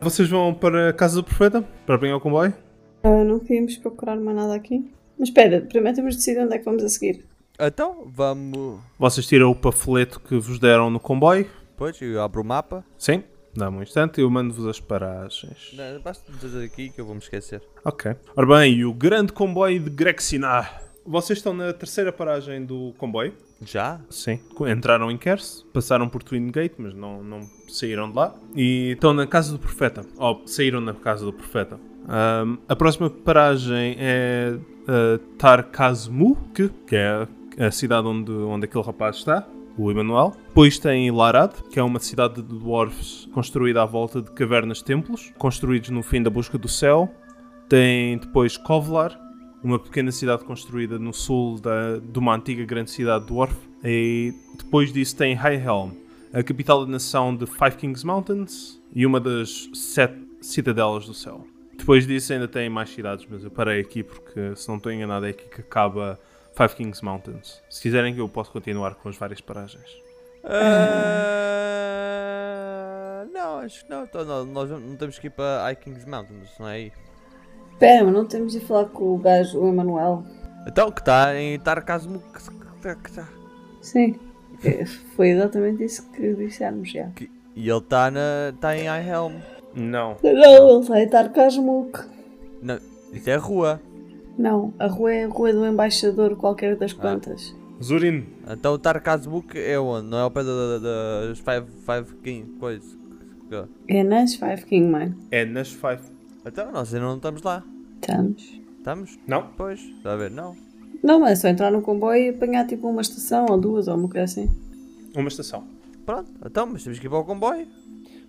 Speaker 2: Vocês vão para a Casa do Profeta para apanhar o comboio?
Speaker 5: Ah, não queríamos procurar mais nada aqui. Mas espera, primeiro temos de decidir onde é que vamos a seguir.
Speaker 4: Então, vamos.
Speaker 2: Vocês tiram o panfleto que vos deram no comboio?
Speaker 4: Pois, eu abro o mapa.
Speaker 2: Sim. Dá-me um instante eu mando-vos as paragens.
Speaker 4: Não, Basta dizer aqui que eu vou me esquecer.
Speaker 2: Ok. Ora bem, e o grande comboio de Grexinar. Vocês estão na terceira paragem do comboio?
Speaker 4: Já?
Speaker 2: Sim. Entraram em Kers, passaram por Twin Gate, mas não, não saíram de lá. E estão na Casa do Profeta. Ou saíram na Casa do Profeta. Ahm, a próxima paragem é ah, Tarkazmu, que, que é a cidade onde, onde aquele rapaz está, o Emanuel. Depois tem Larad, que é uma cidade de dwarfs construída à volta de cavernas-templos, construídos no fim da busca do céu. Tem depois Kovlar, uma pequena cidade construída no sul da, de uma antiga grande cidade dwarf. E depois disso tem Highhelm, a capital da nação de Five Kings Mountains e uma das sete cidadelas do céu. Depois disso ainda tem mais cidades, mas eu parei aqui porque, se não estou enganado, é aqui que acaba Five Kings Mountains. Se quiserem, eu posso continuar com as várias paragens.
Speaker 4: Ah, não, acho que não. Então, não, Nós não não temos que ir para High Kings Mountains, não é aí?
Speaker 5: Espera, mas não temos de falar com o gajo, o Emanuel.
Speaker 4: Então, que está em Tarkazmu. que- que- que tá-
Speaker 5: Sim. É, Foi exatamente isso que dissemos já.
Speaker 4: que- E ele está tá em High Helm.
Speaker 2: Não.
Speaker 5: Não, ele vai estar Casmuc.
Speaker 4: Não, isso é rua.
Speaker 5: Não, a rua é a rua do embaixador, qualquer das quantas.
Speaker 2: Zurin.
Speaker 4: Então o Tarkazmuk é onde? Não é o pé da- da- das 5 King coisa.
Speaker 5: É nas Five King, mãe.
Speaker 2: É nas Five.
Speaker 4: Então nós ainda não estamos lá.
Speaker 5: Estamos.
Speaker 4: Estamos?
Speaker 2: Não.
Speaker 4: Pois, está a ver? Não.
Speaker 5: Não, mas é só entrar no comboio e apanhar tipo uma estação ou duas ou uma coisa assim.
Speaker 2: Uma estação.
Speaker 4: Pronto, então, mas temos que ir para o comboio.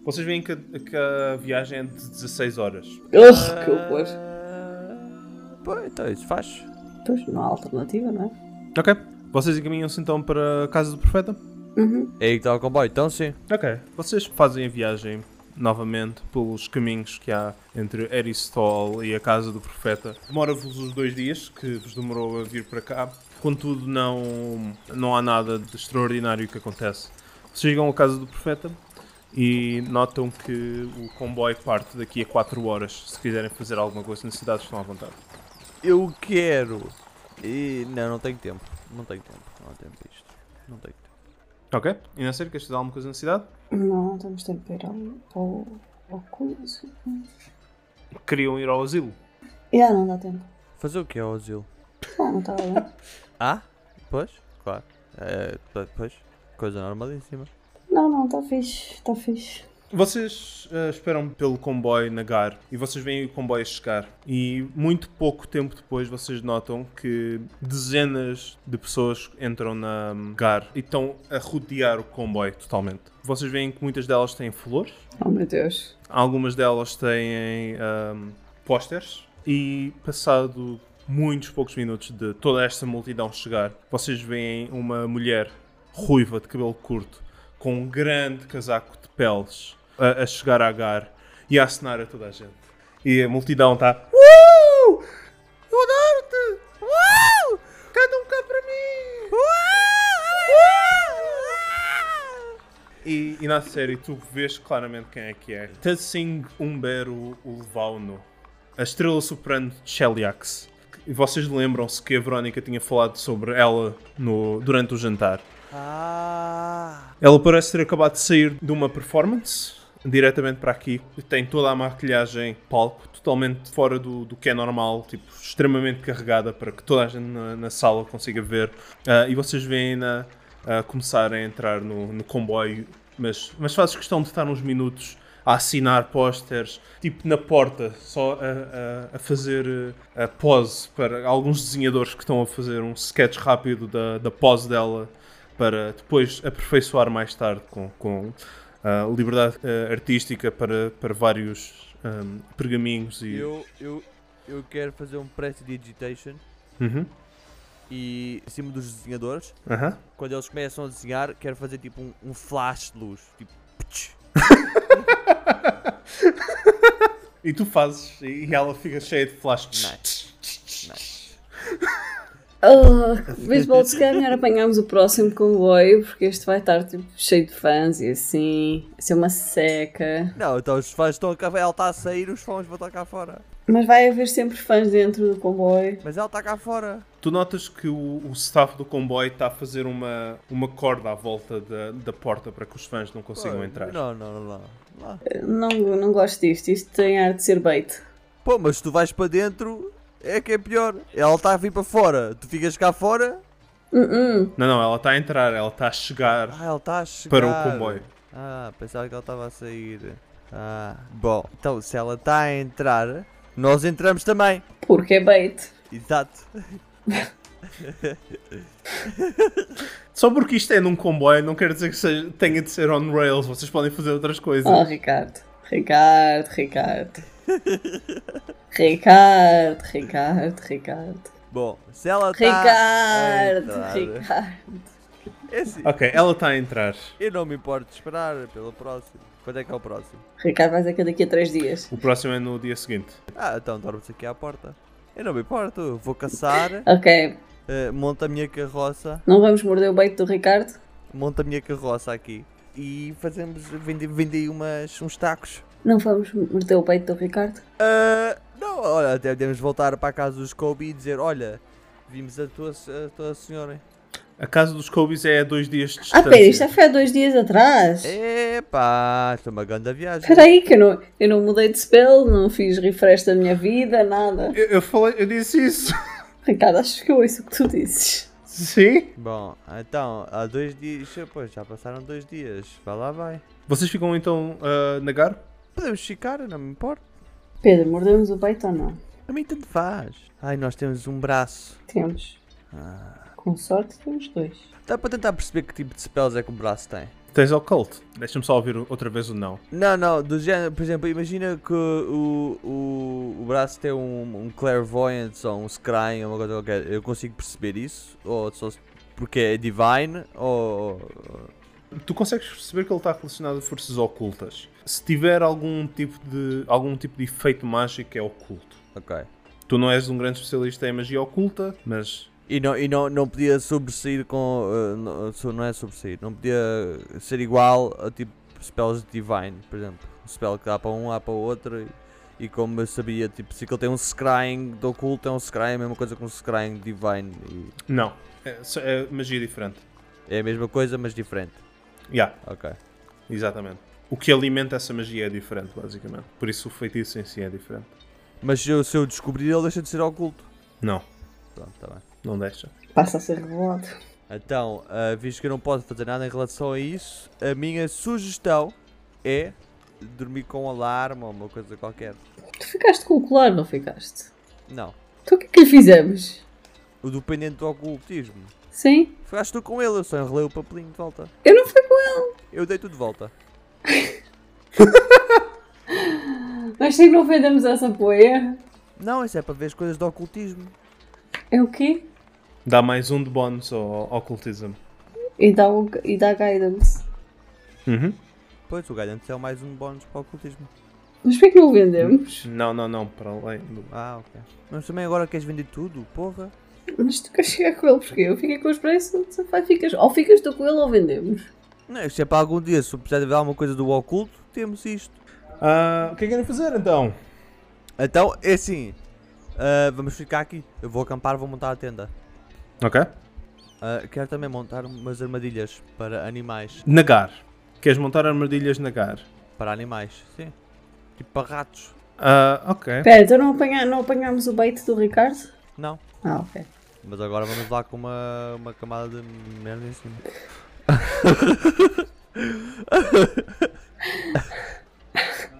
Speaker 2: Vocês veem que, que a viagem é de 16 horas.
Speaker 5: Urgh, Oh, que horror.
Speaker 4: Ah, Pois, então isso faz.
Speaker 5: Pois, não há alternativa, não é?
Speaker 2: Ok. Vocês encaminham-se então para a Casa do Profeta?
Speaker 5: Uhum.
Speaker 4: É aí que está o comboio, então sim.
Speaker 2: Ok. Vocês fazem a viagem novamente pelos caminhos que há entre Eristol e a Casa do Profeta. Demora-vos os dois dias que vos demorou a vir para cá. Contudo, não, não há nada de extraordinário que acontece. Vocês chegam à Casa do Profeta e notam que o comboio parte daqui a 4 horas. Se quiserem fazer alguma coisa na cidade, estão à vontade.
Speaker 4: Eu quero. E não, não tenho tempo. Não tenho tempo. Não há tempo para isto. Não tenho tempo.
Speaker 2: Ok? E não sei, queres fazer alguma coisa na cidade?
Speaker 5: Não, não temos tempo para ir ao. ao. ao coisa.
Speaker 2: Queriam ir ao asilo.
Speaker 5: Já, não dá tempo.
Speaker 4: Fazer o que é o asilo?
Speaker 5: Bom, não estava bem.
Speaker 4: Ah? Pois, claro. É, p- pois, coisa normalíssima.
Speaker 5: Não, não, está fixe, está fixe.
Speaker 2: Vocês eh, esperam pelo comboio nagar e vocês veem o comboio chegar. E muito pouco tempo depois vocês notam que dezenas de pessoas entram na hum, gar e estão a rodear o comboio totalmente. Vocês veem que muitas delas têm flores,
Speaker 5: Oh meu Deus.
Speaker 2: algumas delas têm hum, posters e passado muitos poucos minutos de toda esta multidão chegar, vocês veem uma mulher ruiva de cabelo curto com um grande casaco de peles a, a chegar a Agar e a acenar a toda a gente. E a multidão está
Speaker 4: Uh! Eu adoro-te! Uh!
Speaker 2: um
Speaker 4: Cantam cá para mim! Uh!
Speaker 2: E, e na série tu vês claramente quem é que é. Tatsing Umbero Ulvauno, a estrela soprano de Cheliax. E vocês lembram-se que a Verónica tinha falado sobre ela no- durante o jantar.
Speaker 4: Ah!
Speaker 2: Ela parece ter acabado de sair de uma performance diretamente para aqui. Tem toda a maquilhagem palco totalmente fora do, do que é normal, tipo, extremamente carregada para que toda a gente na, na sala consiga ver. Ah, e vocês veem na a começar a entrar no, no comboio, mas, mas fazes questão de estar uns minutos a assinar pósteres, tipo na porta, só a, a- a fazer eh, a pose para alguns desenhadores que estão a fazer um sketch rápido da, da pose dela para depois aperfeiçoar mais tarde com, com ah, liberdade eh, artística para, para vários ahm, pergaminhos e.
Speaker 4: Eu, eu, eu quero fazer um prestidigitation
Speaker 2: Uhum,
Speaker 4: e em cima dos desenhadores,
Speaker 2: aham.
Speaker 4: quando eles começam a desenhar, quero fazer tipo um, um flash de luz. Tipo, ptsch.
Speaker 2: E tu fazes, e ela fica cheia de flashes.
Speaker 4: é?
Speaker 5: Oh, beisebol, se calhar melhor apanharmos o próximo comboio, porque este vai estar tipo, cheio de fãs e assim, vai ser uma seca.
Speaker 4: Não, então os fãs estão cá, ela está a sair, os fãs vão estar cá fora.
Speaker 5: Mas vai haver sempre fãs dentro do comboio.
Speaker 4: Mas ela está cá fora.
Speaker 2: Tu notas que o, o staff do comboio está a fazer uma, uma corda à volta da, da porta para que os fãs não consigam
Speaker 4: Pô,
Speaker 2: entrar.
Speaker 4: Não, não, não, não. Lá.
Speaker 5: Não, não gosto disto, isto tem ar de ser bait.
Speaker 4: Pô, mas se tu vais para dentro, é que é pior. Ela está a vir para fora. Tu ficas cá fora,
Speaker 5: Uh
Speaker 2: Não, não, ela está a entrar, ela está a chegar
Speaker 4: ah, ela está a chegar.
Speaker 2: para o comboio.
Speaker 4: Ah, pensava que ela estava a sair. Ah, bom. Então, se ela está a entrar, nós entramos também.
Speaker 5: Porque é bait.
Speaker 4: Exato.
Speaker 2: Só porque isto é num comboio, não quer dizer que seja- tenha de ser on rails, vocês podem fazer outras coisas.
Speaker 5: Oh, Ricardo. Ricardo, Ricardo. Ricardo, Ricardo, Ricardo.
Speaker 4: Bom, se ela está.
Speaker 5: Ricardo, Ricardo.
Speaker 4: É assim,
Speaker 2: Ok, ela está a entrar.
Speaker 4: eu não me importo de esperar pelo próximo. Quando é que é o próximo?
Speaker 5: Ricardo vai dizer que é daqui a três dias.
Speaker 2: O próximo é no dia seguinte.
Speaker 4: Ah, então dorme-se aqui à porta. Eu não me importo, vou caçar,
Speaker 5: Ok,
Speaker 4: eh, monto a minha carroça,
Speaker 5: não vamos morder o bait do Ricardo?
Speaker 4: monto a minha carroça aqui e fazemos, vendi, vendi umas, uns tacos.
Speaker 5: Não vamos morder o peito do Ricardo?
Speaker 4: Ah, não, olha, até podemos voltar para a casa dos Kobe e dizer, olha, vimos a tua, a tua senhora.
Speaker 2: A casa dos Kobe's é a dois dias de
Speaker 5: Ah,
Speaker 2: distância. É.
Speaker 5: pera, isto já foi há dois dias atrás.
Speaker 4: Epá, estou uma grande viagem.
Speaker 5: Espera aí, que eu não, eu não mudei de spell, não fiz refresh da minha vida, nada.
Speaker 2: eu, eu falei, eu disse isso.
Speaker 5: Ricardo, acho que eu ouço o que tu dizes.
Speaker 2: Sim?
Speaker 4: Bom, então, há dois dias, pois, já passaram dois dias, vai lá vai.
Speaker 2: Vocês ficam então a negar?
Speaker 4: Podemos ficar, eu não me importo.
Speaker 5: Pedro, mordemos o peito ou não?
Speaker 4: A mim tanto faz. Ai, nós temos um braço.
Speaker 5: Temos.
Speaker 2: Ah.
Speaker 5: Com sorte, temos dois.
Speaker 4: Dá para tentar perceber que tipo de spells é que o braço tem.
Speaker 2: Tens occult. Deixa-me só ouvir outra vez o não.
Speaker 4: Não, não, do género, por exemplo, imagina que o, o, o braço tem um, um clairvoyance ou um scrying ou uma coisa qualquer. Eu consigo perceber isso? Ou só se- porque é divine? Ou.
Speaker 2: Tu consegues perceber que ele está relacionado a forças ocultas. Se tiver algum tipo de algum tipo de efeito mágico é oculto.
Speaker 4: Ok.
Speaker 2: Tu não és um grande especialista em magia oculta, mas
Speaker 4: E não, e não, não podia sobressair com. eh, não, so- não é sobressair, não podia ser igual a tipo spells de divine, por exemplo. Um spell que dá para um, dá para o outro. E, e como eu sabia, tipo, se ele tem um scrying de oculto, é um scrying, a mesma coisa que um scrying divine. E
Speaker 2: não. É, só- é magia diferente.
Speaker 4: é a mesma coisa, mas diferente.
Speaker 2: Yeah,
Speaker 4: Ok.
Speaker 2: exatamente. O que alimenta essa magia é diferente, basicamente. Por isso o feitiço em si é diferente.
Speaker 4: Mas se eu, se eu descobrir, ele deixa de ser oculto.
Speaker 2: Não,
Speaker 4: Pronto, tá bem.
Speaker 2: não deixa.
Speaker 5: Passa a ser revelado.
Speaker 4: Então, ah, visto que eu não posso fazer nada em relação a isso, a minha sugestão é dormir com um alarme ou uma coisa qualquer.
Speaker 5: Tu ficaste com o colar, não ficaste?
Speaker 4: Não.
Speaker 5: Então o que é que lhe fizemos?
Speaker 4: O dependente do ocultismo.
Speaker 5: Sim?
Speaker 4: Ficaste tu com ele, eu só enrolei o papelinho de volta.
Speaker 5: Eu não fui com ele.
Speaker 4: Eu dei tudo de volta.
Speaker 5: Mas sim, não vendemos essa poeira.
Speaker 4: Não, isso é para ver as coisas do ocultismo.
Speaker 5: É o quê?
Speaker 2: Dá mais um de bónus ao ocultism.
Speaker 5: E dá, o, e dá guidance.
Speaker 2: Uhum.
Speaker 4: Pois, o ganhante é mais um bónus para o ocultismo.
Speaker 5: Mas por que não vendemos?
Speaker 2: Não, não, não, para além. do-
Speaker 4: Ah, ok. Mas também agora queres vender tudo, porra.
Speaker 5: Mas tu queres chegar com ele porque eu fiquei com os preços, vai, ficas, ou ficas tu com ele ou vendemos.
Speaker 4: Não, isto é para algum dia, se eu precisar de ver alguma coisa do oculto, temos isto.
Speaker 2: Ah, o que é que querem fazer então?
Speaker 4: Então, é assim. ah, vamos ficar aqui. Eu vou acampar, vou montar a tenda.
Speaker 2: Ok.
Speaker 4: Ah, quero também montar umas armadilhas para animais.
Speaker 2: Nagar. Queres montar armadilhas nagar?
Speaker 4: Para animais, sim. Tipo para ratos.
Speaker 2: Ah, ok.
Speaker 5: Espera, então não, apanha, não apanhámos o bait do Ricardo?
Speaker 4: Não.
Speaker 5: Ah, ok.
Speaker 4: Mas agora vamos lá com uma, uma camada de merda em cima.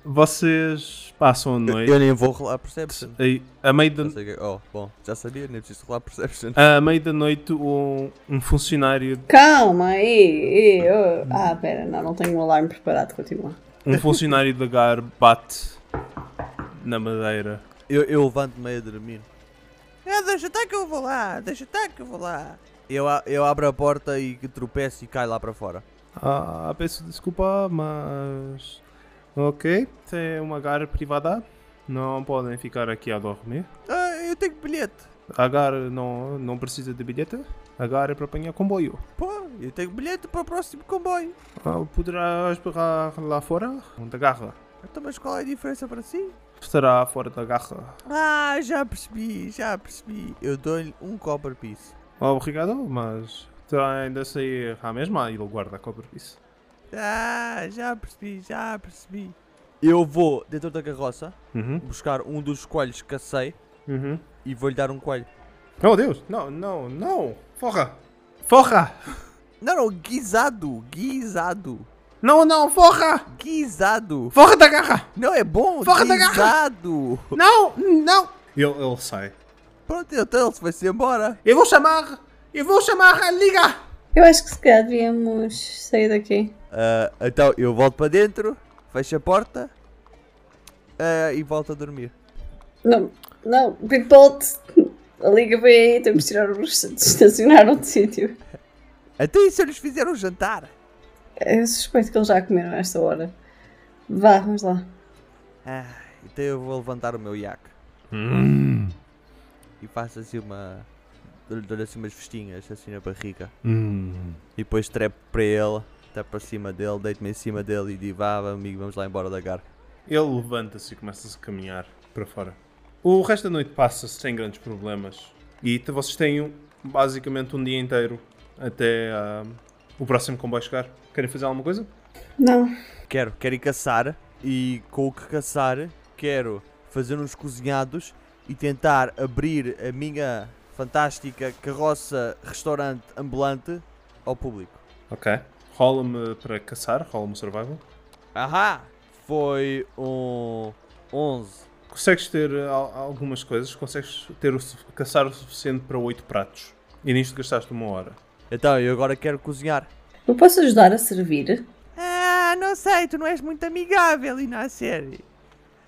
Speaker 2: Vocês passam a noite.
Speaker 4: Eu nem vou rolar Perception.
Speaker 2: Aí, a meio da,
Speaker 4: Já sei que- Oh, bom, já sabia, nem preciso rolar Perception.
Speaker 2: a meio da noite, um, um funcionário
Speaker 5: Calma aí. e- oh. Ah, pera, não, não tenho um alarme preparado, continua.
Speaker 2: um funcionário da GAR bate na madeira.
Speaker 4: Eu, eu levanto meio a dormir.
Speaker 7: Ah, deixa estar que eu vou lá, deixa estar que eu vou lá.
Speaker 4: Eu, a- eu abro a porta e que tropeço e cai lá para fora.
Speaker 2: Ah, peço desculpa, mas. Ok, tem uma GAR privada. Não podem ficar aqui a dormir.
Speaker 7: Ah, eu tenho bilhete.
Speaker 2: A GAR não, não precisa de bilhete. A GAR é para apanhar comboio.
Speaker 7: Pô, eu tenho bilhete para o próximo comboio.
Speaker 2: Ah, poderá esperar lá fora? Da garra.
Speaker 7: Então, mas qual é a diferença para si?
Speaker 2: Estará fora da garra.
Speaker 7: Ah, já percebi, já percebi.
Speaker 4: Eu dou-lhe um copper piece.
Speaker 2: Obrigado, mas terá ainda a sair à mesma e ele guarda a cobra isso.
Speaker 7: Ah, já percebi, já percebi.
Speaker 4: Eu vou dentro da carroça
Speaker 2: Uhum.
Speaker 4: buscar um dos coelhos que cacei
Speaker 2: Uhum.
Speaker 4: e vou-lhe dar um coelho.
Speaker 2: Oh Deus! Não, não, não! Forra! Forra!
Speaker 4: Não, não, guisado, guisado,
Speaker 2: Não, não, forra!
Speaker 4: guisado.
Speaker 2: Forra da garra!
Speaker 4: Não é bom,
Speaker 2: Forra da garra!
Speaker 4: guisado.
Speaker 2: Não, não! Ele, ele sai.
Speaker 4: Pronto, então ele vai-se embora.
Speaker 2: Eu vou chamar! Eu vou chamar a liga!
Speaker 5: Eu acho que se calhar devíamos sair daqui.
Speaker 4: Ah, então eu volto para dentro, fecho a porta ah, e volto a dormir.
Speaker 5: Não, não, Big Bolt, a liga veio aí, temos de tirar o estacionar outro sítio.
Speaker 4: Até isso eles fizeram um jantar.
Speaker 5: Eu suspeito que eles já comeram a esta hora. Vá, vamos lá.
Speaker 4: Ah, então eu vou levantar o meu iaco Hum. e faço assim uma. dou-lhe dou-lhe assim umas festinhas assim na barriga. E depois trepo para ele, até para cima dele, deito-me em cima dele e digo: vá, amigo, vamos lá embora da gar.
Speaker 2: Ele levanta-se e começa-se a caminhar para fora. O resto da noite passa-se sem grandes problemas. E t- vocês têm um- basicamente um dia inteiro até ah, o próximo comboio chegar. Querem fazer alguma coisa?
Speaker 5: Não,
Speaker 4: Quero, quero ir caçar e com o que caçar, quero fazer uns cozinhados e tentar abrir a minha fantástica carroça restaurante ambulante ao público.
Speaker 2: Ok. Rola-me para caçar, rola-me survival.
Speaker 4: Ahá! Foi um 11.
Speaker 2: Consegues ter ah, al- algumas coisas, consegues ter o, su- caçar o suficiente para oito pratos. E nisto gastaste uma hora.
Speaker 4: Então, eu agora quero cozinhar.
Speaker 5: eu posso ajudar a servir?
Speaker 7: Ah, não sei, tu não és muito amigável, Inácio.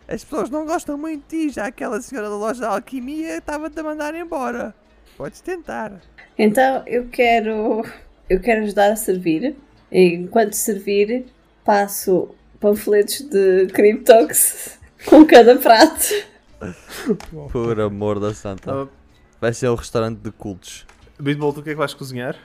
Speaker 7: As pessoas não gostam muito de ti, já aquela senhora da loja da alquimia estava-te a mandar embora. Podes tentar.
Speaker 5: Então eu quero. Eu quero ajudar a servir. E enquanto servir, passo panfletos de Cryptox com cada prato.
Speaker 4: Por amor da santa.
Speaker 2: Ah.
Speaker 4: Vai ser o restaurante de cultos.
Speaker 2: Bitbolt, o que é que vais cozinhar?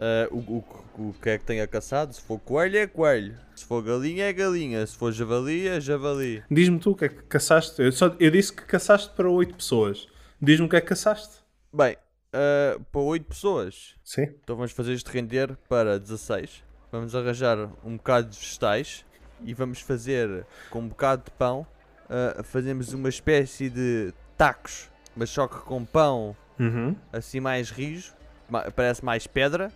Speaker 4: Ah, o, o- o que é que tenha caçado? Se for coelho, é coelho. Se for galinha, é galinha. Se for javali, é javali.
Speaker 2: Diz-me tu o que é que caçaste. Eu, só, eu disse que caçaste para oito pessoas. Diz-me o que é que caçaste.
Speaker 4: Bem, ah, para 8 pessoas,
Speaker 2: Sim.
Speaker 4: então vamos fazer isto render para 16. Vamos arranjar um bocado de vegetais e vamos fazer com um bocado de pão. ah, fazemos uma espécie de tacos, mas só que com pão
Speaker 2: Uhum.
Speaker 4: assim mais rijo, ma- parece mais pedra,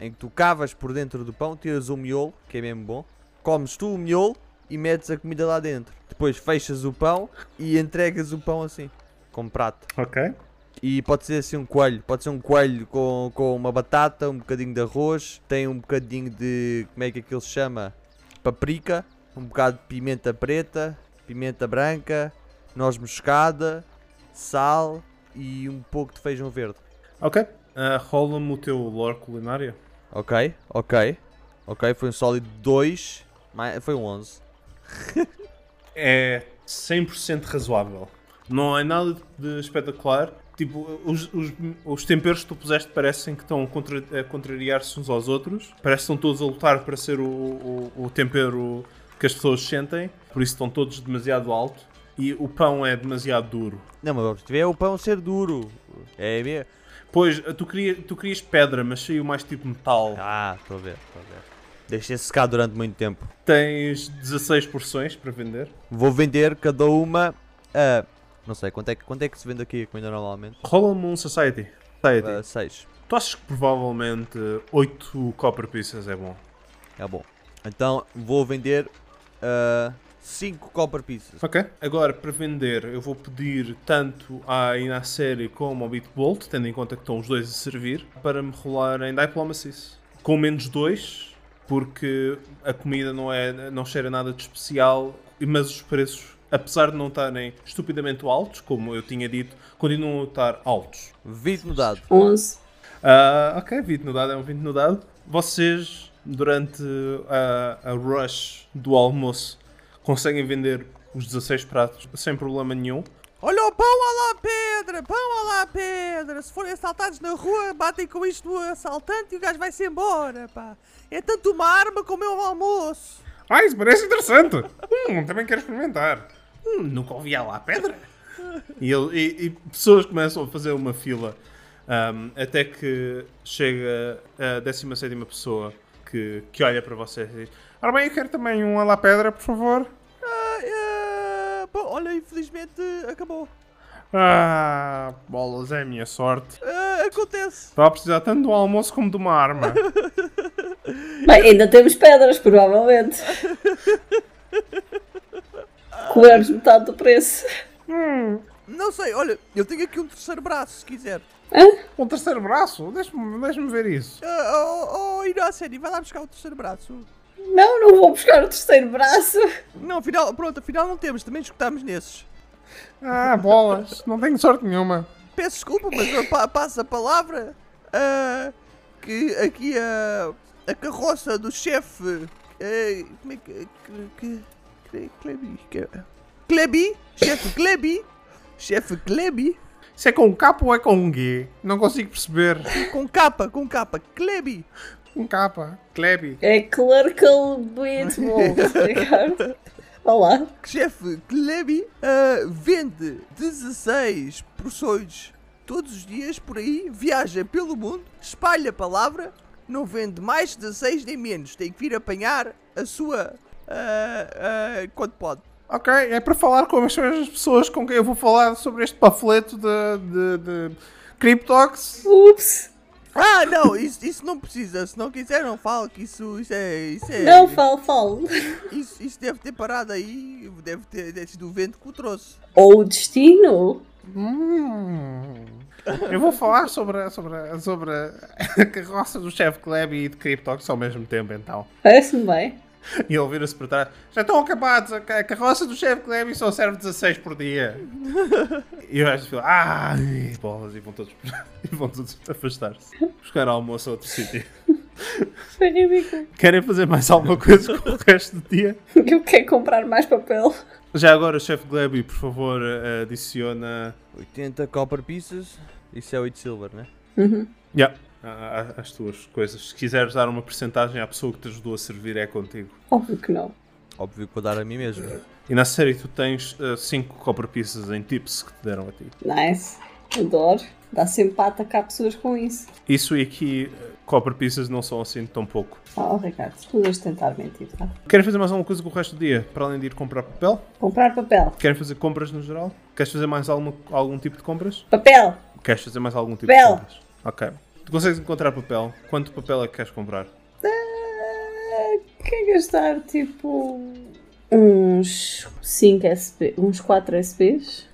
Speaker 4: em que tu cavas por dentro do pão, tiras o miolo, que é mesmo bom, comes tu o miolo e metes a comida lá dentro. Depois fechas o pão e entregas o pão assim, com prato.
Speaker 2: Ok.
Speaker 4: E pode ser assim um coelho, pode ser um coelho com, com uma batata, um bocadinho de arroz, tem um bocadinho de, como é que aquilo se chama? Paprika, um bocado de pimenta preta, pimenta branca, noz moscada, sal e um pouco de feijão verde.
Speaker 2: Ok. Ah, Rola-me o teu lore culinário.
Speaker 4: Ok, ok, ok, foi um sólido 2, foi um 11.
Speaker 2: É 100% razoável. Não é nada de espetacular. Tipo, os, os- os temperos que tu puseste parecem que estão a, contra- a contrariar-se uns aos outros. Parece que estão todos a lutar para ser o, o- o tempero que as pessoas sentem. Por isso estão todos demasiado alto. E o pão é demasiado duro.
Speaker 4: Não, mas o objetivo é o pão ser duro. É mesmo?
Speaker 2: Pois, tu, queria, tu querias pedra, mas saiu mais tipo metal.
Speaker 4: Ah, estou a Ah, ver, estou a ver. Deixei-se secar durante muito tempo.
Speaker 2: Tens 16 porções para vender.
Speaker 4: Vou vender cada uma a. Não sei, quanto é, que, quanto é que se vende aqui a comida normalmente?
Speaker 2: Rola-me um Society. Society.
Speaker 4: A 6.
Speaker 2: Tu achas que provavelmente 8 copper pieces é bom?
Speaker 4: É bom. Então vou vender a 5 copper pieces.
Speaker 2: Ok. Agora, para vender, eu vou pedir tanto à Inasérie como ao Bitbolt, tendo em conta que estão os dois a servir, para me rolar em Diplomacies. Com menos 2, porque a comida não, é, não cheira nada de especial, mas os preços, apesar de não estarem estupidamente altos, como eu tinha dito, continuam a estar altos.
Speaker 4: 20 no dado.
Speaker 5: 11.
Speaker 2: Ah, ok, 20 no dado é um 20 no dado. Vocês, durante a, a rush do almoço, conseguem vender os 16 pratos sem problema nenhum.
Speaker 7: Olha o pão à lá pedra, pão à lá pedra. Se forem assaltados na rua, batem com isto no assaltante e o gajo vai-se embora, pá. É tanto uma arma como é um almoço.
Speaker 2: Ah, isso parece interessante! Hum, também quero experimentar. Hum, nunca ouvi a lá pedra. E, ele- e- e pessoas começam a fazer uma fila ahm, até que chega a 17 pessoa que, que olha para vocês e diz: Ora bem, eu quero também um alá pedra, por favor.
Speaker 7: Ah, é, bom, olha, infelizmente acabou.
Speaker 2: Ah, bolas, é a minha sorte.
Speaker 7: Ah, acontece.
Speaker 2: Estava a precisar tanto de um almoço como de uma arma.
Speaker 5: Bem, ainda temos pedras, provavelmente. Cobramos metade do preço.
Speaker 7: Não sei, olha, eu tenho aqui um terceiro braço, se quiser.
Speaker 2: um terceiro braço? Deixa-me deixa-me ver isso.
Speaker 7: Ah, oh, oh, Inocente, vai lá buscar o terceiro braço.
Speaker 5: Não, não vou buscar o terceiro braço.
Speaker 7: Não, afinal, pronto, afinal não temos, também escutámos nesses.
Speaker 2: Ah, bolas, não tenho sorte nenhuma.
Speaker 7: Peço desculpa, mas eu pa passo a palavra ah, que aqui a, a carroça do chefe. ah, como é que. que- que- Cle- Clebi. que- Clebi? Chefe Clebi? Chefe Clebi?
Speaker 2: Se é com capa ou é com um G? Não consigo perceber.
Speaker 7: Com capa, com capa. Clebi!
Speaker 2: Um capa, Klebi.
Speaker 5: É clerical beatball, Ricardo. Olá.
Speaker 7: Chefe Clebi ah, vende 16 porções todos os dias por aí, viaja pelo mundo, espalha a palavra, não vende mais 16 nem menos, tem que vir apanhar a sua ah, ah, quando pode.
Speaker 2: Ok, é para falar com as mesmas pessoas com quem eu vou falar sobre este panfleto de, de, de Cryptox.
Speaker 5: Ups.
Speaker 7: Ah, não, isso, isso não precisa, se não quiser não fale que isso, isso é... Isso, é
Speaker 5: Não, falo, falo.
Speaker 7: isso, isso deve ter parado aí, deve ter, deve ter sido o vento que o trouxe.
Speaker 5: Ou o destino.
Speaker 2: Hum. Eu vou falar sobre, a- sobre, a- sobre a carroça do chefe Klebi e de Cryptox ao mesmo tempo, então.
Speaker 5: Parece-me bem.
Speaker 2: E ele vira-se para trás. Já estão acabados, a ca- a carroça do chefe Klebi só serve 16 por dia. e o resto fica, ah, bolas, e vão todos, e vão todos afastar-se. Buscar almoço a outro sítio.
Speaker 5: Foi ridículo.
Speaker 2: Querem fazer mais alguma coisa com o resto do dia?
Speaker 5: Eu quero comprar mais papel.
Speaker 2: Já agora, chefe Gleby, por favor, eh, adiciona.
Speaker 4: 80 copper pieces. Isso é 8 silver, né?
Speaker 2: Yeah. a- a- As tuas coisas. Se quiseres dar uma porcentagem à pessoa que te ajudou a servir, é contigo.
Speaker 5: Óbvio que não.
Speaker 4: Óbvio que vou dar a mim mesmo.
Speaker 2: E na série, tu tens 5 copper pieces em tips que te deram a ti.
Speaker 5: Nice. Adoro. Dá sempre para atacar pessoas com isso.
Speaker 2: Isso e aqui, eh, copper pieces não são assim tão pouco.
Speaker 5: Oh, Ricardo, tu vais tentar mentir, tá?
Speaker 2: Querem fazer mais alguma coisa com o resto do dia? Para além de ir comprar papel?
Speaker 5: Comprar papel.
Speaker 2: Querem fazer compras no geral? Queres fazer mais alguma, algum tipo de compras?
Speaker 5: Papel!
Speaker 2: Queres fazer mais algum tipo
Speaker 5: Papel.
Speaker 2: de compras? Ok. Tu consegues encontrar papel? Quanto papel é que queres comprar?
Speaker 5: Ah, quer gastar tipo uns 5 SP, uns 4 SPs?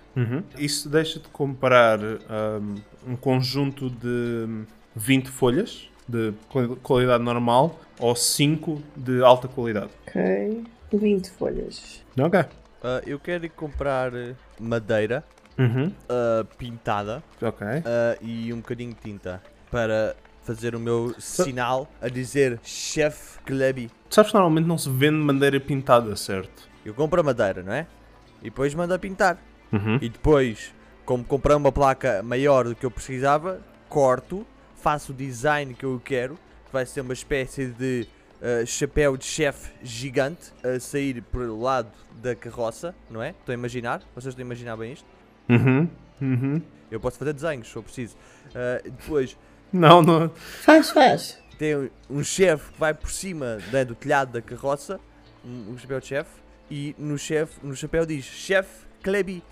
Speaker 2: Isso deixa-te comprar hum, um, conjunto de hum, 20 folhas de quali- qualidade normal ou 5 de alta qualidade.
Speaker 5: Ok. 20 folhas.
Speaker 2: Ok.
Speaker 4: Ah, eu quero ir comprar eh, madeira
Speaker 2: Uhum.
Speaker 4: ah, pintada
Speaker 2: Ok.
Speaker 4: ah, e um bocadinho de tinta para fazer o meu sinal a dizer chefe Klebi.
Speaker 2: Tu Sabes que normalmente não se vende madeira pintada, certo?
Speaker 4: Eu compro a madeira, não é? E depois mando a pintar.
Speaker 2: Uhum.
Speaker 4: E depois, como comprei uma placa maior do que eu precisava, corto, faço o design que eu quero, que vai ser uma espécie de ah, chapéu de chefe gigante a sair pelo lado da carroça, não é? Estão a imaginar? Vocês estão a imaginar bem isto?
Speaker 2: Uhum. Uhum.
Speaker 4: Eu posso fazer desenhos, se eu preciso. Ah, Eh, depois,
Speaker 2: Não, não.
Speaker 5: Faz, faz.
Speaker 4: tem um chefe que vai por cima né, do telhado da carroça, um, um chapéu de chefe, e no, chefe no chapéu diz chefe Klebi.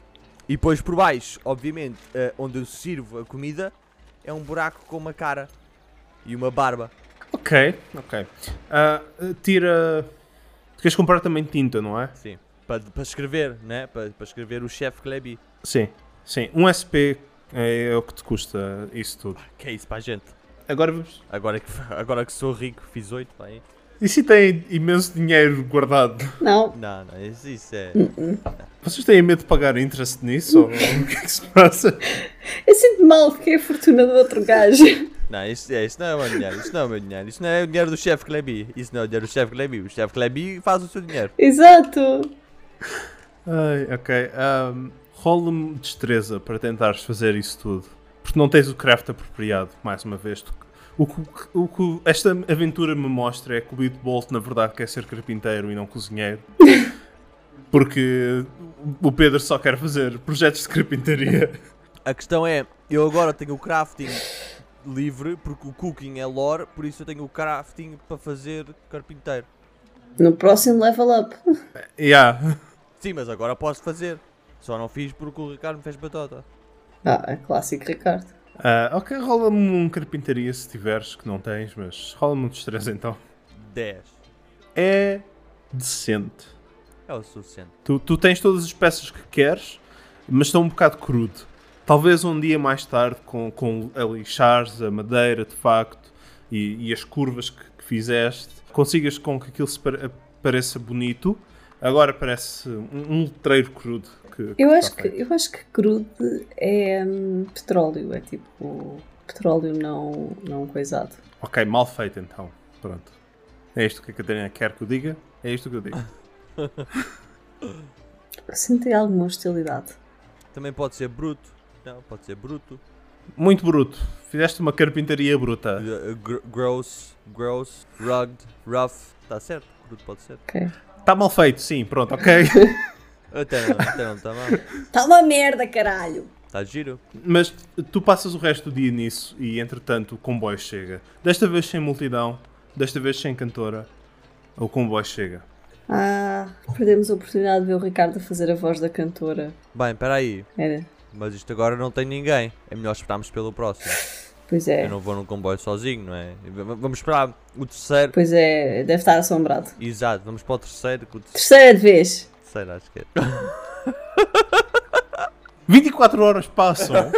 Speaker 4: E depois por baixo, obviamente, eh, onde eu sirvo a comida, é um buraco com uma cara e uma barba.
Speaker 2: Ok, ok. Ah, tira. Tu queres comprar também tinta, não é?
Speaker 4: Sim. Para para escrever, né? Para para escrever o chefe Klebi.
Speaker 2: Sim, sim. Um SP é o que te custa isso tudo.
Speaker 4: Que é isso para a gente.
Speaker 2: Agora vamos.
Speaker 4: Agora que, agora que sou rico, fiz 8, vai.
Speaker 2: E se tem imenso dinheiro guardado?
Speaker 5: Não,
Speaker 4: Não, não, isso, isso é.
Speaker 2: Vocês têm medo de pagar interesse nisso? Ou o que é que se passa?
Speaker 5: eu sinto mal, fiquei a fortuna do outro gajo.
Speaker 4: Não, isso, é, isso não é o meu dinheiro, isso não é o meu dinheiro, isso não é o dinheiro do chefe Klebi, isso não é o dinheiro do chefe Klebi, o chefe Klebi faz o seu dinheiro.
Speaker 5: Exato.
Speaker 2: Ai, ok. ahm, Rola-me destreza para tentares fazer isso tudo. Porque não tens o craft apropriado, mais uma vez. Tu- O que, o que esta aventura me mostra é que o Beat Bolt, na verdade, quer ser carpinteiro e não cozinheiro. Porque o Pedro só quer fazer projetos de carpintaria.
Speaker 4: A questão é, eu agora tenho o crafting livre, porque o cooking é lore, por isso eu tenho o crafting para fazer carpinteiro.
Speaker 5: No próximo level up.
Speaker 2: Yeah.
Speaker 4: Sim, mas agora posso fazer. Só não fiz porque o Ricardo me fez batota.
Speaker 5: Ah, clássico Ricardo.
Speaker 2: Ah, ok, rola-me um carpintaria se tiveres, que não tens, mas rola-me um destreza então.
Speaker 4: 10.
Speaker 2: É decente.
Speaker 4: É o suficiente.
Speaker 2: Tu, tu tens todas as peças que queres, mas estão um bocado crudo. Talvez um dia mais tarde, com, com a lixares a madeira de facto e, e as curvas que, que fizeste, consigas com que aquilo se pare- pareça bonito. Agora parece um, um letreiro crudo. Que,
Speaker 5: Eu
Speaker 2: está
Speaker 5: acho que,
Speaker 2: feito.
Speaker 5: eu acho que crude é hum, petróleo, é tipo petróleo não, não coisado.
Speaker 2: Ok, mal feito então. Pronto. É isto que a Catarina quer que eu diga? É isto que eu digo.
Speaker 5: Senti alguma hostilidade.
Speaker 4: Também pode ser bruto. Não, pode ser bruto.
Speaker 2: Muito bruto. Fizeste uma carpintaria bruta.
Speaker 4: Uh, uh, gr- gross, gross, rugged, rough. Está certo, bruto pode ser.
Speaker 5: Ok.
Speaker 2: Está Tá mal feito, sim, pronto, ok.
Speaker 4: Até não, até não está mal.
Speaker 5: Tá uma merda, caralho!
Speaker 4: Está giro.
Speaker 2: Mas tu passas o resto do dia nisso e entretanto o comboio chega. Desta vez sem multidão, desta vez sem cantora, o comboio chega.
Speaker 5: Ah, perdemos a oportunidade de ver o Ricardo a fazer a voz da cantora. É,
Speaker 4: Bem, peraí.
Speaker 5: Era.
Speaker 4: Mas isto agora não tem ninguém. É melhor esperarmos pelo próximo.
Speaker 5: Pois
Speaker 4: Eu
Speaker 5: é.
Speaker 4: não vou num comboio sozinho, não é? V- v- Vamos esperar o terceiro.
Speaker 5: Pois é, deve estar assombrado.
Speaker 4: Exato, vamos para o terceiro. Que o ter-
Speaker 5: Terceira de vez!
Speaker 4: terceiro acho que é.
Speaker 2: 24 horas passam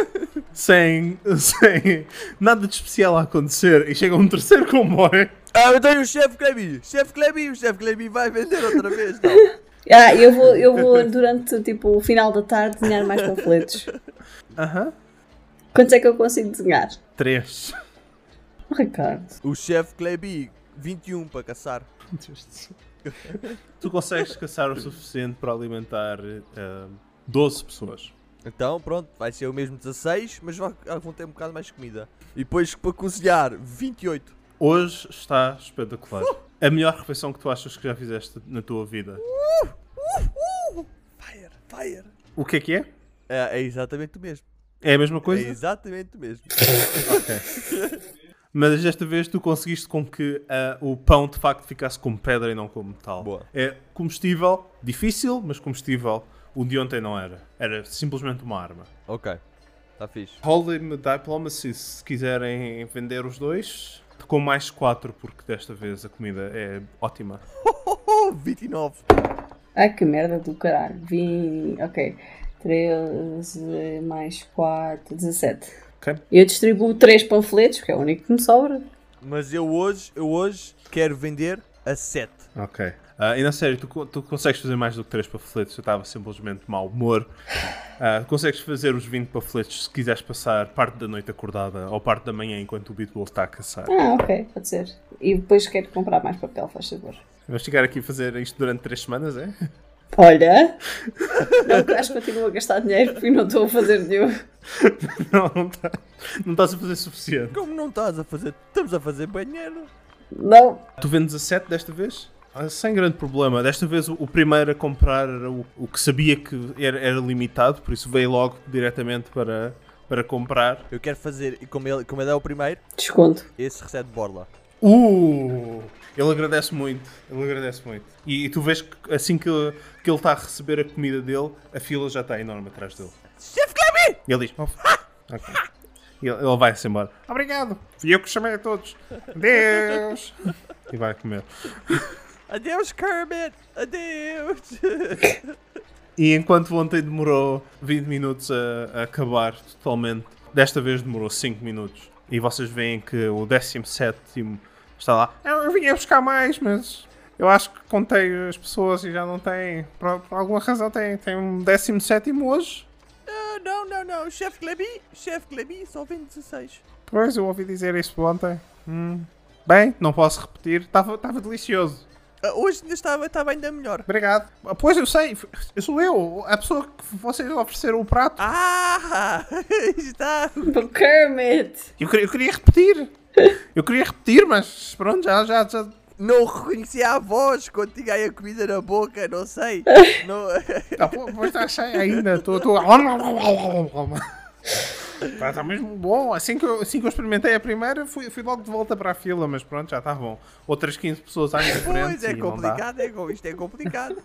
Speaker 2: sem, sem nada de especial a acontecer e chega um terceiro comboio.
Speaker 4: Ah, eu tenho o chefe Clebi! Chefe Clebi! O chefe Clebi vai vender outra vez, não?
Speaker 5: Ah, eu vou, eu vou durante tipo o final da tarde desenhar mais panfletos.
Speaker 2: Aham.
Speaker 5: Quantos é que eu consigo desenhar?
Speaker 2: Três.
Speaker 5: Oh, Ricardo.
Speaker 4: O chefe Clebi, 21 para caçar.
Speaker 2: Tu consegues caçar o suficiente para alimentar ah, 12 pessoas.
Speaker 4: Então, pronto, vai ser o mesmo 16, mas vai- ah, vão ter um bocado mais comida. E depois para cozinhar, 28.
Speaker 2: Hoje está espetacular. A melhor refeição que tu achas que já fizeste na tua vida.
Speaker 4: Fire, fire!
Speaker 2: O que é que é?
Speaker 4: É, é exatamente o mesmo.
Speaker 2: É a mesma coisa?
Speaker 4: É exatamente o mesmo.
Speaker 2: Mas desta vez tu conseguiste com que ah, o pão de facto ficasse como pedra e não como metal.
Speaker 4: Boa.
Speaker 2: É comestível, difícil, mas comestível. O de ontem não era. Era simplesmente uma arma.
Speaker 4: ok, está fixe.
Speaker 2: Holy Diplomacy, se quiserem vender os dois, com mais 4, porque desta vez a comida é ótima.
Speaker 4: Oh, 29!
Speaker 5: Ai que merda do caralho. Vim. Ok. 13 mais 4, 17.
Speaker 2: Ok.
Speaker 5: Eu distribuo 3 panfletos, que é o único que me sobra.
Speaker 4: Mas eu hoje, eu hoje quero vender a 7.
Speaker 2: Ok. Ah, e na série, tu, co- tu consegues fazer mais do que 3 panfletos, eu estava simplesmente de mau humor. Ah, consegues fazer os 20 panfletos se quiseres passar parte da noite acordada ou parte da manhã enquanto o Bitbull está a caçar.
Speaker 5: Ah, ok, pode ser. E depois quero comprar mais papel, faz favor.
Speaker 2: Vamos ficar aqui a fazer isto durante três semanas, é?
Speaker 5: Olha! Eu acho que continuo a gastar dinheiro porque não estou a fazer nenhum.
Speaker 2: Não, não, tá- não estás a fazer suficiente.
Speaker 4: Como não estás a fazer? Estamos a fazer banheiro.
Speaker 5: Não!
Speaker 2: Tu vendes a 7 desta vez? Ah, Sem grande problema. Desta vez o o primeiro a comprar era o, o que sabia que era, era limitado, por isso veio logo diretamente para, para comprar.
Speaker 4: Eu quero fazer, e como ele, como ele é o primeiro,
Speaker 5: Desconto.
Speaker 4: esse recebe borla.
Speaker 2: Uh! Ele agradece muito, ele agradece muito. E, e tu vês que assim que, que ele está a receber a comida dele, a fila já está enorme atrás dele.
Speaker 7: Chefe Clemmy!
Speaker 2: E ele diz: "Oh, f- ok." E Ele, ele vai-se embora. Obrigado, fui eu que chamei a todos. Deus! E vai comer.
Speaker 7: Adeus, Kermit! Adeus!
Speaker 2: E enquanto ontem demorou 20 minutos a, a acabar totalmente, desta vez demorou 5 minutos. E vocês veem que o 17 está lá. Eu, eu vinha buscar mais, mas eu acho que contei as pessoas e já não tem. Por, por alguma razão tem, tem um 17 hoje.
Speaker 7: Ah, não, não, não, chefe Clemmy! Chefe Clemmy, só vem 16.
Speaker 2: Pois, eu ouvi dizer isso ontem. Hum. Bem, não posso repetir. Estava estava delicioso.
Speaker 7: Ah, hoje ainda estava, estava ainda melhor.
Speaker 2: Obrigado. Ah, Pois, eu sei. Eu sou eu, a pessoa que vocês ofereceram o prato.
Speaker 7: Ah! Está!
Speaker 5: Do Kermit!
Speaker 2: Eu queria, eu queria repetir. Eu queria repetir, mas pronto, já, já, já.
Speaker 7: Não reconhecia a voz quando tinha aí a comida na boca, não sei. não...
Speaker 2: Tá, pô, pois está cheio ainda. Estou. Tô... Está tá mesmo bom. Assim que, eu, assim que eu experimentei a primeira, fui, fui logo de volta para a fila, mas pronto, já está bom. Outras 15 pessoas à minha frente.
Speaker 7: Pois, é
Speaker 2: e não dá.
Speaker 7: complicado, é, com- isto é complicado.